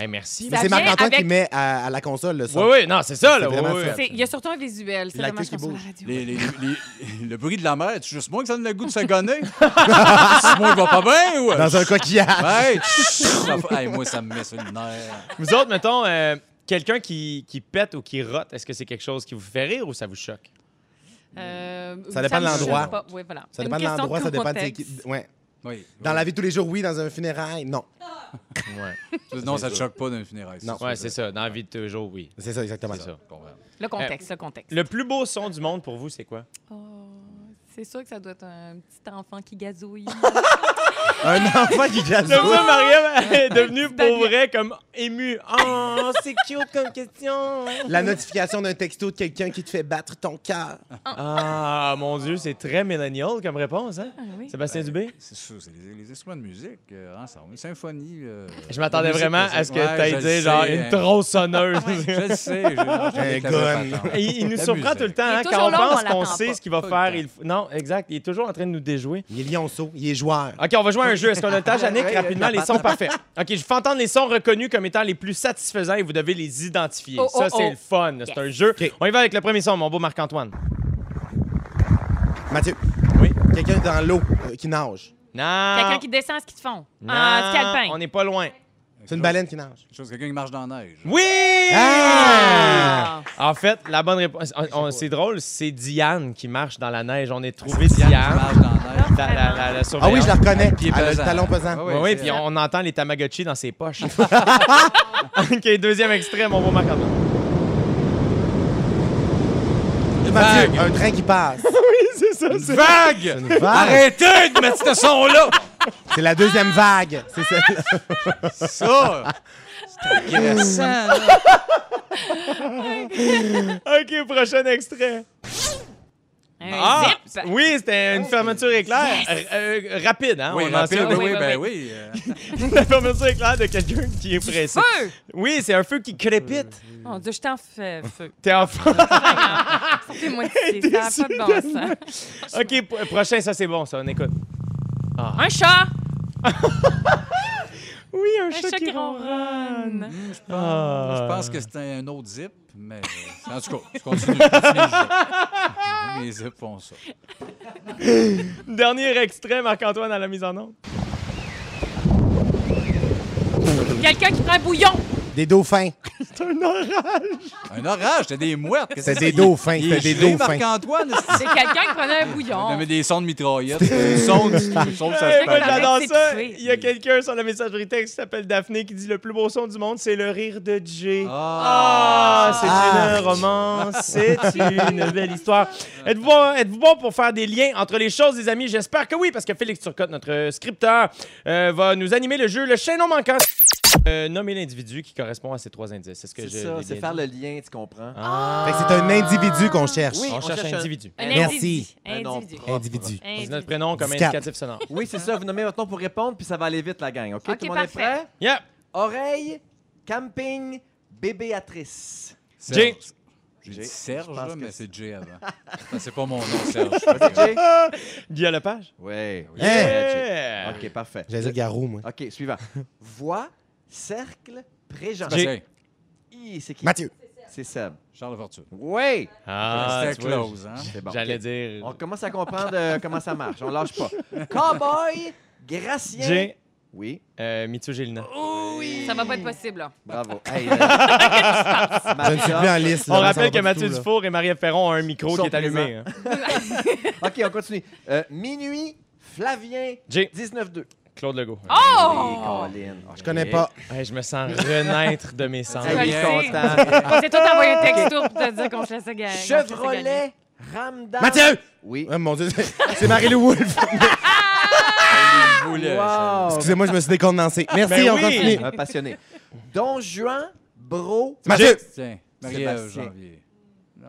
Hey, merci.
Mais
Ça
c'est
vient
Marc-Antoine qui
avec-
met à, à la console le
Oui,
son.
oui, non, c'est ça, là.
C'est vraiment
ouais,
ça.
ouais.
C'est- Il y a surtout un visuel. C'est
La
vraiment
queue qui
chanson à
bouge.
la radio.
Les- les- les- le bruit de la mer, c'est juste moi que ça donne le goût de s'agonner. c'est moi qui va pas bien ou.
Dans un coquillage.
Ouais, ça fait- hey, moi, ça me met sur le nerf.
Vous autres, mettons, euh, quelqu'un qui, qui pète ou qui rote, est-ce que c'est quelque chose qui vous fait rire ou ça vous choque?
Euh,
Ça dépend de
me
l'endroit.
choque pas. Oui, voilà.
Ça
Une
dépend de
question
l'endroit, ça dépend de
contexte.
c'est qui- ouais.
Oui.
Dans la vie de tous les jours, oui. Dans un funérail, non.
Ouais,
Non, ça te choque pas d'un funérail.
Non.
ouais c'est ça. Dans la vie de toujours, oui.
C'est ça, exactement.
C'est ça.
Je comprends.
Le contexte, le contexte.
Le plus beau son du monde pour vous, c'est quoi?
Oh, C'est sûr que ça doit être un petit enfant qui gazouille.
Un enfant qui
C'est pour
gazouille.
ça que Mariam est devenue
petit
pour
babia.
vrai comme émue. Oh, c'est cute comme question.
La notification d'un texto de quelqu'un qui te fait battre ton cœur.
Ah, mon Dieu, c'est très millennial comme réponse, hein?
Ah oui.
Sébastien Dubé?
Ben, C'est sûr, c'est les, les instruments de musique. euh, hein, ça, une symphonie. euh,
Je m'attendais
la musique,
vraiment
c'est-
à ce que
Ouais, je
t'aies
le
dit, genre,
sais,
une
hein.
tronçonneuse.
Je le sais. j'ai- j'ai avec la vraie
gun.
patente.
Il, il nous
La
surprend
musique.
tout le temps.
Il est
hein,
toujours
quand on
là, on
pense qu'on
l'attend
sait
pas.
ce qu'il va
Pas le
faire,
temps.
il... f- non, exact. Il est toujours en train de nous déjouer.
Il est lionceau, il est joueur.
OK, on va jouer à un jeu. Est-ce qu'on a le temps, Yannick?
Ouais,
Rapidement,
ouais,
les sons parfaits. OK, je fais entendre les sons reconnus comme étant les plus satisfaisants et vous devez les identifier.
Oh, oh,
Ça, c'est
oh.
le fun. C'est un jeu. On y va avec le premier son, mon beau Marc-Antoine.
Mathieu.
Oui.
Quelqu'un dans l'eau euh, qui nage.
Non.
Quelqu'un qui descend ce qu'ils te font.
Ah. Non,
Ah, ski
On
alpin.
n'est pas loin.
C'est une baleine qui nage.
Quelque chose, quelqu'un qui marche dans la neige.
Oui!
Ah!
En fait, la bonne réponse, on- on- c'est drôle, c'est Diane qui marche dans la neige. On est trouvé
Ah,
Diane.
marche dans la neige.
La, la, la, la
Ah oui, je la reconnais.
Pied
Elle a le
pesant.
talon pesant.
Ah
Oui,
c'est-
puis on entend les Tamagotchi dans ses poches. OK, deuxième extrait, mon beau Marc-Antoine.
Mathieu,
Vague.
un train qui passe.
C'est ça, c'est
Vague!
Vague.
Arrêtez de mettre ce son-là!
C'est la deuxième vague. C'est celle-là.
Ça! C'est agressant, là.
OK, prochain extrait.
Un
Ah!
Bah.
zip.
Oui, c'était une fermeture éclair. R- euh, rapide, hein? on
Oh. Oui,
le
rapide,
mentionne.
oui,
oui,
oui,
oui,
ben oui. euh,
La fermeture éclair de quelqu'un qui est pressé.
Feu!
Oui, c'est un feu qui crépite.
Euh,
Mon Dieu, je t'en fais feu.
T'es en feu.
Sortez-moi d'ici, ça n'a pas de bon sens.
OK, p- prochain, ça c'est bon, ça, on écoute.
Un chat!
Oui, un,
Un chat qui ronronne.
Je pense,
Ah.
je pense que c'était un autre zip, mais. euh, En tout cas, je continue. je continue les zips. Mes zips font ça.
Dernier extrait, Marc-Antoine à la mise en onde.
Quelqu'un qui prend un bouillon!
Des dauphins.
C'est un orage.
Un orage, c'était des mouettes. qu'est-ce que
C'était des dauphins.
Il est
C'était des
gelé,
dauphins.
Marc-Antoine, c'est-
C'est quelqu'un qui prenait un
on
bouillon.
avait des sons de mitraillette. Une sonde, une sonde, ça
Hey,
se
moi,
parle.
fait.
j'adore
C'est
ça.
piqué.
Il y a quelqu'un sur la messagerie texte qui s'appelle Daphné qui dit le plus beau son du monde, c'est le rire de Jay. Ah, c'est
Ah.
une romance, c'est une belle histoire. Êtes-vous bon, êtes-vous bon pour faire des liens entre les choses, les amis? J'espère que oui, parce que Félix Turcotte, notre scripteur, euh, va nous animer le jeu Le chaînon manquant. Euh, nommer l'individu qui correspond à ces trois indices. Est-ce que
C'est
je
ça,
l'ai
c'est
bien
faire
dit?
le lien, tu comprends?
Ah.
Fait que c'est un individu qu'on cherche.
Oui.
On,
on
cherche
cherche
un
un-
individu.
Un
Merci.
individu. Un
Un nom
individu.
propre.
Individu.
Eh, C'est
Individu.
notre prénom comme
Discap.
indicatif sonore.
Oui, c'est ça. Vous nommez maintenant pour répondre, puis ça va aller vite, la gang. OK,
Ok,
tout le monde
parfait.
est prêt?
Yeah.
Oreille, camping, bébéatrice.
Jay.
Serge. J'ai
Jay.
dit Serge,
Je pense
là,
que
mais
c'est-
c'est Jay avant. Ben, C'est pas mon nom, Serge.
Jay?
Guy Lepage.
Oui. oui,
Hein?
Jay.
Yeah.
OK, parfait.
J'allais dire garou, moi.
OK, suivant. Voix, cercle, préjean.
Jay.
Jay.
Hi, C'est qui?
Mathieu.
C'est Seb.
Charles Fortune.
Oui!
Ah,
c'était
tu vois,
close, hein?
C'est bon.
J'allais
OK.
dire.
On commence à comprendre euh, comment ça marche. On lâche pas. Cowboy, Gracien.
Jay.
Oui.
Euh, Mitsu Gélina.
Oh Ça va pas être possible, là.
Bravo. Hey, euh, là,
Je ne suis plus en liste.
On
là, ça va
rappelle que
pas
Mathieu
du tout, là.
Dufour et Marie-Ève Ferron ont un micro
Sont
qui est allumé. hein.
OK, on continue. Euh, minuit, Flavien,
Jay.
19-2.
Claude Legault.
Oh!
Hey, Colin.
Je connais pas.
Hey, je me sens renaître de mes cendres.
Hey,
Je
il est
le sais.
content.
On s'est tous envoyé un texto pour te dire qu'on se laissait gagner.
Chevrolet, Ramdan.
Mathieu!
Oui.
Oh, mon Dieu, c'est- c'est Marie-Lou Wolfe.
Je voulais, ça.
Wow.
Excusez-moi, je me suis décondenancé. Merci,
Ben
on
oui.
continue.
Un passionné. Don Juan, Bro.
Mathieu!
Tiens, Marie-Ève
Sébastien.
Janvier.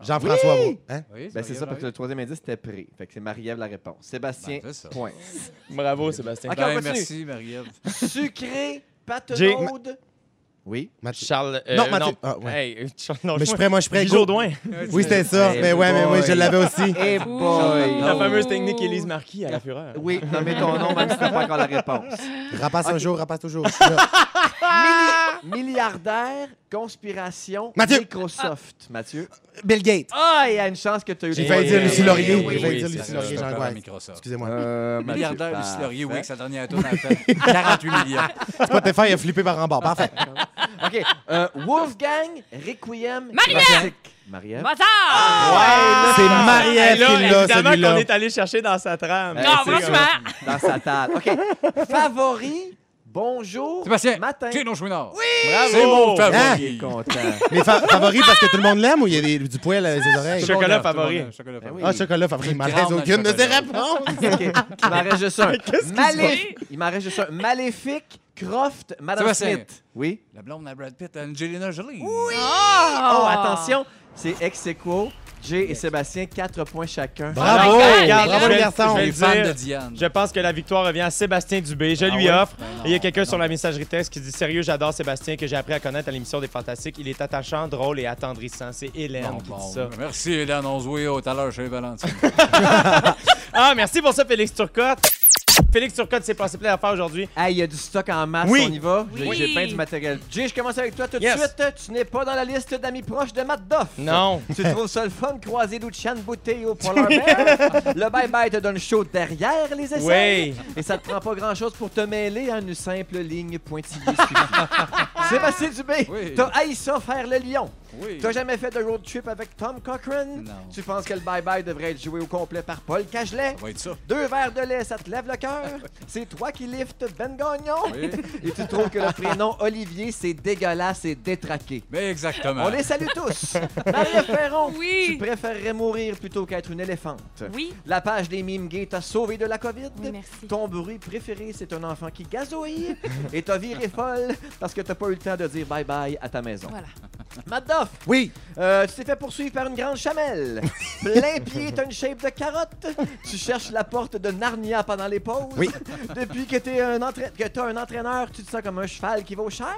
Jean-François
Oui.
Roux. Hein?
Oui,
Ben, c'est ça, parce que le troisième indice était pris. Fait que c'est Marie-Ève la réponse. Sébastien,
Ben, c'est ça.
point.
Bravo, Sébastien.
Ok, on
Ben,
continue.
merci, Marie-Ève.
Sucré,
J'ai-
patenaude. Oui.
Mathieu.
Charles. euh,
Non, Mathieu. Ah, ouais.
Hey, euh, Charles- non,
Mais je suis
moi.
prêt, moi, je suis prêt.
Guy
go.
Jodoin.
Oui, c'était ça.
Euh, Hey,
Mais ouais, mais
Ben boy.
oui, je l'avais aussi.
Eh boy.
La
Oh.
fameuse technique Élise Marquis à la fureur.
Oui, non, mais ton nom, même si t'as pas encore la réponse.
Rapace un
Ok.
jour, rapace toujours. Je suis là.
Milli- milliardaire, conspiration,
Mathieu.
Microsoft. Mathieu.
Bill Gates.
Ah, il y a une chance que tu as eu.
J'ai
le
failli
bon
dire
nom.
Lucie Laurier.
Oui,
J'ai
oui,
failli dire
c'est
Lucie
ça.
Laurier, j'en
J'en
goisse.
Microsoft.
Excusez-moi.
Euh, Mathieu,
Milliardaire Lucie
parfait.
Laurier, oui, que sa dernière tourne à fait 48 millions.
Spotify a flippé par en bas. Parfait.
OK. euh, Wolfgang, Requiem.
Marie-Ève.
classique. Marie-Ève.
Ah!
Mozart!
Ah! C'est Marie-Ève
Hey, là,
qui l'a,
évidemment qu'on
celui-là.
est allé chercher dans sa trame.
Ouais,
Non,
c'est
franchement!
Dans sa table. OK. Favori, Bonjour.
Sébastien,
Matin.
Gino Chouinard. Oui!
Bravo!
C'est mon
Ah,
favori.
il est content.
Mais fa- favori parce que tout le monde l'aime ou il y a des- du poil à ses oreilles?
Tout le monde
Chocolat
aime, tout le
favori.
monde aime, Chocolat
Ben oui.
favori.
Ah, chocolat favori. Malaise
grande
aucune de ses
chocolat.
réponses.
OK. Il m'en reste juste un. Maléf- Il m'en reste juste un. Maléfique, Croft, Madame
Sébastien.
Smith. Oui.
La blonde à Brad Pitt, Angelina Jolie.
Oui! Oh,
Ah.
attention, c'est ex aequo. Jay et Sébastien, 4 points chacun.
Bravo!
Ah, regarde,
Bravo
je
les
vais-
garçons!
je vais-
Les fans
dire-
de Diane.
Je pense que la victoire revient à Sébastien Dubé. Je
Ah
lui
ouais?
offre.
Ben non,
Et il y a quelqu'un
ben
sur
non.
la messagerie texte qui dit Sérieux, j'adore Sébastien, que j'ai appris à connaître à l'émission des Fantastiques. Il est attachant, drôle et attendrissant. C'est Hélène
Bon,
qui
bon.
dit ça.
Merci, Hélène. On se voit au- tout à l'heure chez Valentine.
Ah, merci pour ça, Félix Turcotte. Félix Turcotte s'est passé plein d'affaires aujourd'hui.
Hey, il y a du stock en masse,
Oui.
on y va.
Oui.
J'ai plein du matériel. Jay, je commence avec toi tout de
Yes.
suite. Tu n'es pas dans la liste d'amis proches de Matt Duff.
Non.
Tu trouves ça le fun, croiser Lucian Bouteille au Polar Bear? Le bye-bye te donne chaud derrière les
Oui.
essais. Et ça te prend pas grand-chose pour te mêler à une simple ligne pointillée suffit. Sébastien Dubé,
Oui.
t'as haï ça faire le lion.
Oui.
T'as jamais fait de road trip avec Tom Cochrane?
Non.
Tu penses que le bye-bye devrait être joué au complet par Paul Cagelet?
Ça va être ça.
Deux verres de lait, ça te lève le cœur. C'est toi qui liftes Ben Gagnon.
Oui.
Et tu trouves que le prénom Olivier, c'est dégueulasse et détraqué.
Mais exactement.
On les salue tous. Marie Ferron,
Oui.
tu préférerais mourir plutôt qu'être une éléphante.
Oui.
La page des mimes gays t'a sauvé de la COVID.
Oui, merci.
Ton bruit préféré, c'est un enfant qui gazouille et t'as viré folle parce que t'as pas eu le temps de dire bye-bye à ta maison.
Voilà.
Madoff,
Oui!
euh, tu t'es fait poursuivre par une grande chamelle. Plein pied, t'as une shape de carotte. Tu cherches la porte de Narnia pendant les pauses.
Oui.
Depuis que t'es un entra- que t'as un entraîneur, tu te sens comme un cheval qui va au cher.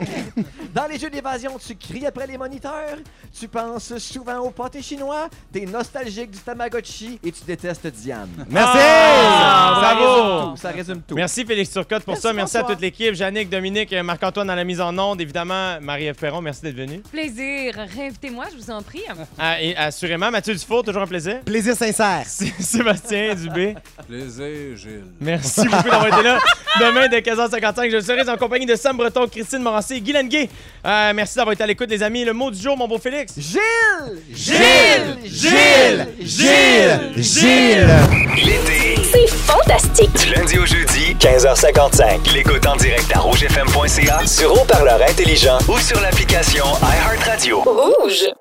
Dans les jeux d'évasion, tu cries après les moniteurs. Tu penses souvent au pâté chinois. T'es nostalgique du Tamagotchi et tu détestes Diane.
Merci!
Ah,
Ah,
bravo!
Tout, ça résume tout.
Merci Félix Turcotte pour
Merci,
ça. Merci à
François.
toute l'équipe. Jannick, Dominique, euh, Marc-Antoine dans la mise en onde. Évidemment, Marie-Ève Perron, merci d'être venue.
Plaisir. Réinvitez-moi, je vous en prie.
Ah, et assurément, Mathieu Dufour, toujours un plaisir.
Plaisir sincère!
Sébastien Dubé,
Plaisir, Gilles.
merci beaucoup d'avoir été là. Demain, dès 15h55, je serai en compagnie de Sam Breton, Christine Morancy et Guy Lenguet. Euh, merci d'avoir été à l'écoute, les amis. Le mot du jour, mon beau Félix.
Gilles!
Gilles!
Gilles!
Gilles!
Gilles!
L'été,
C'est fantastique.
du lundi au jeudi, 15h55. L'écoute en direct à rougefm.ca, sur haut-parleur intelligent ou sur l'application iHeartRadio.
Rouge.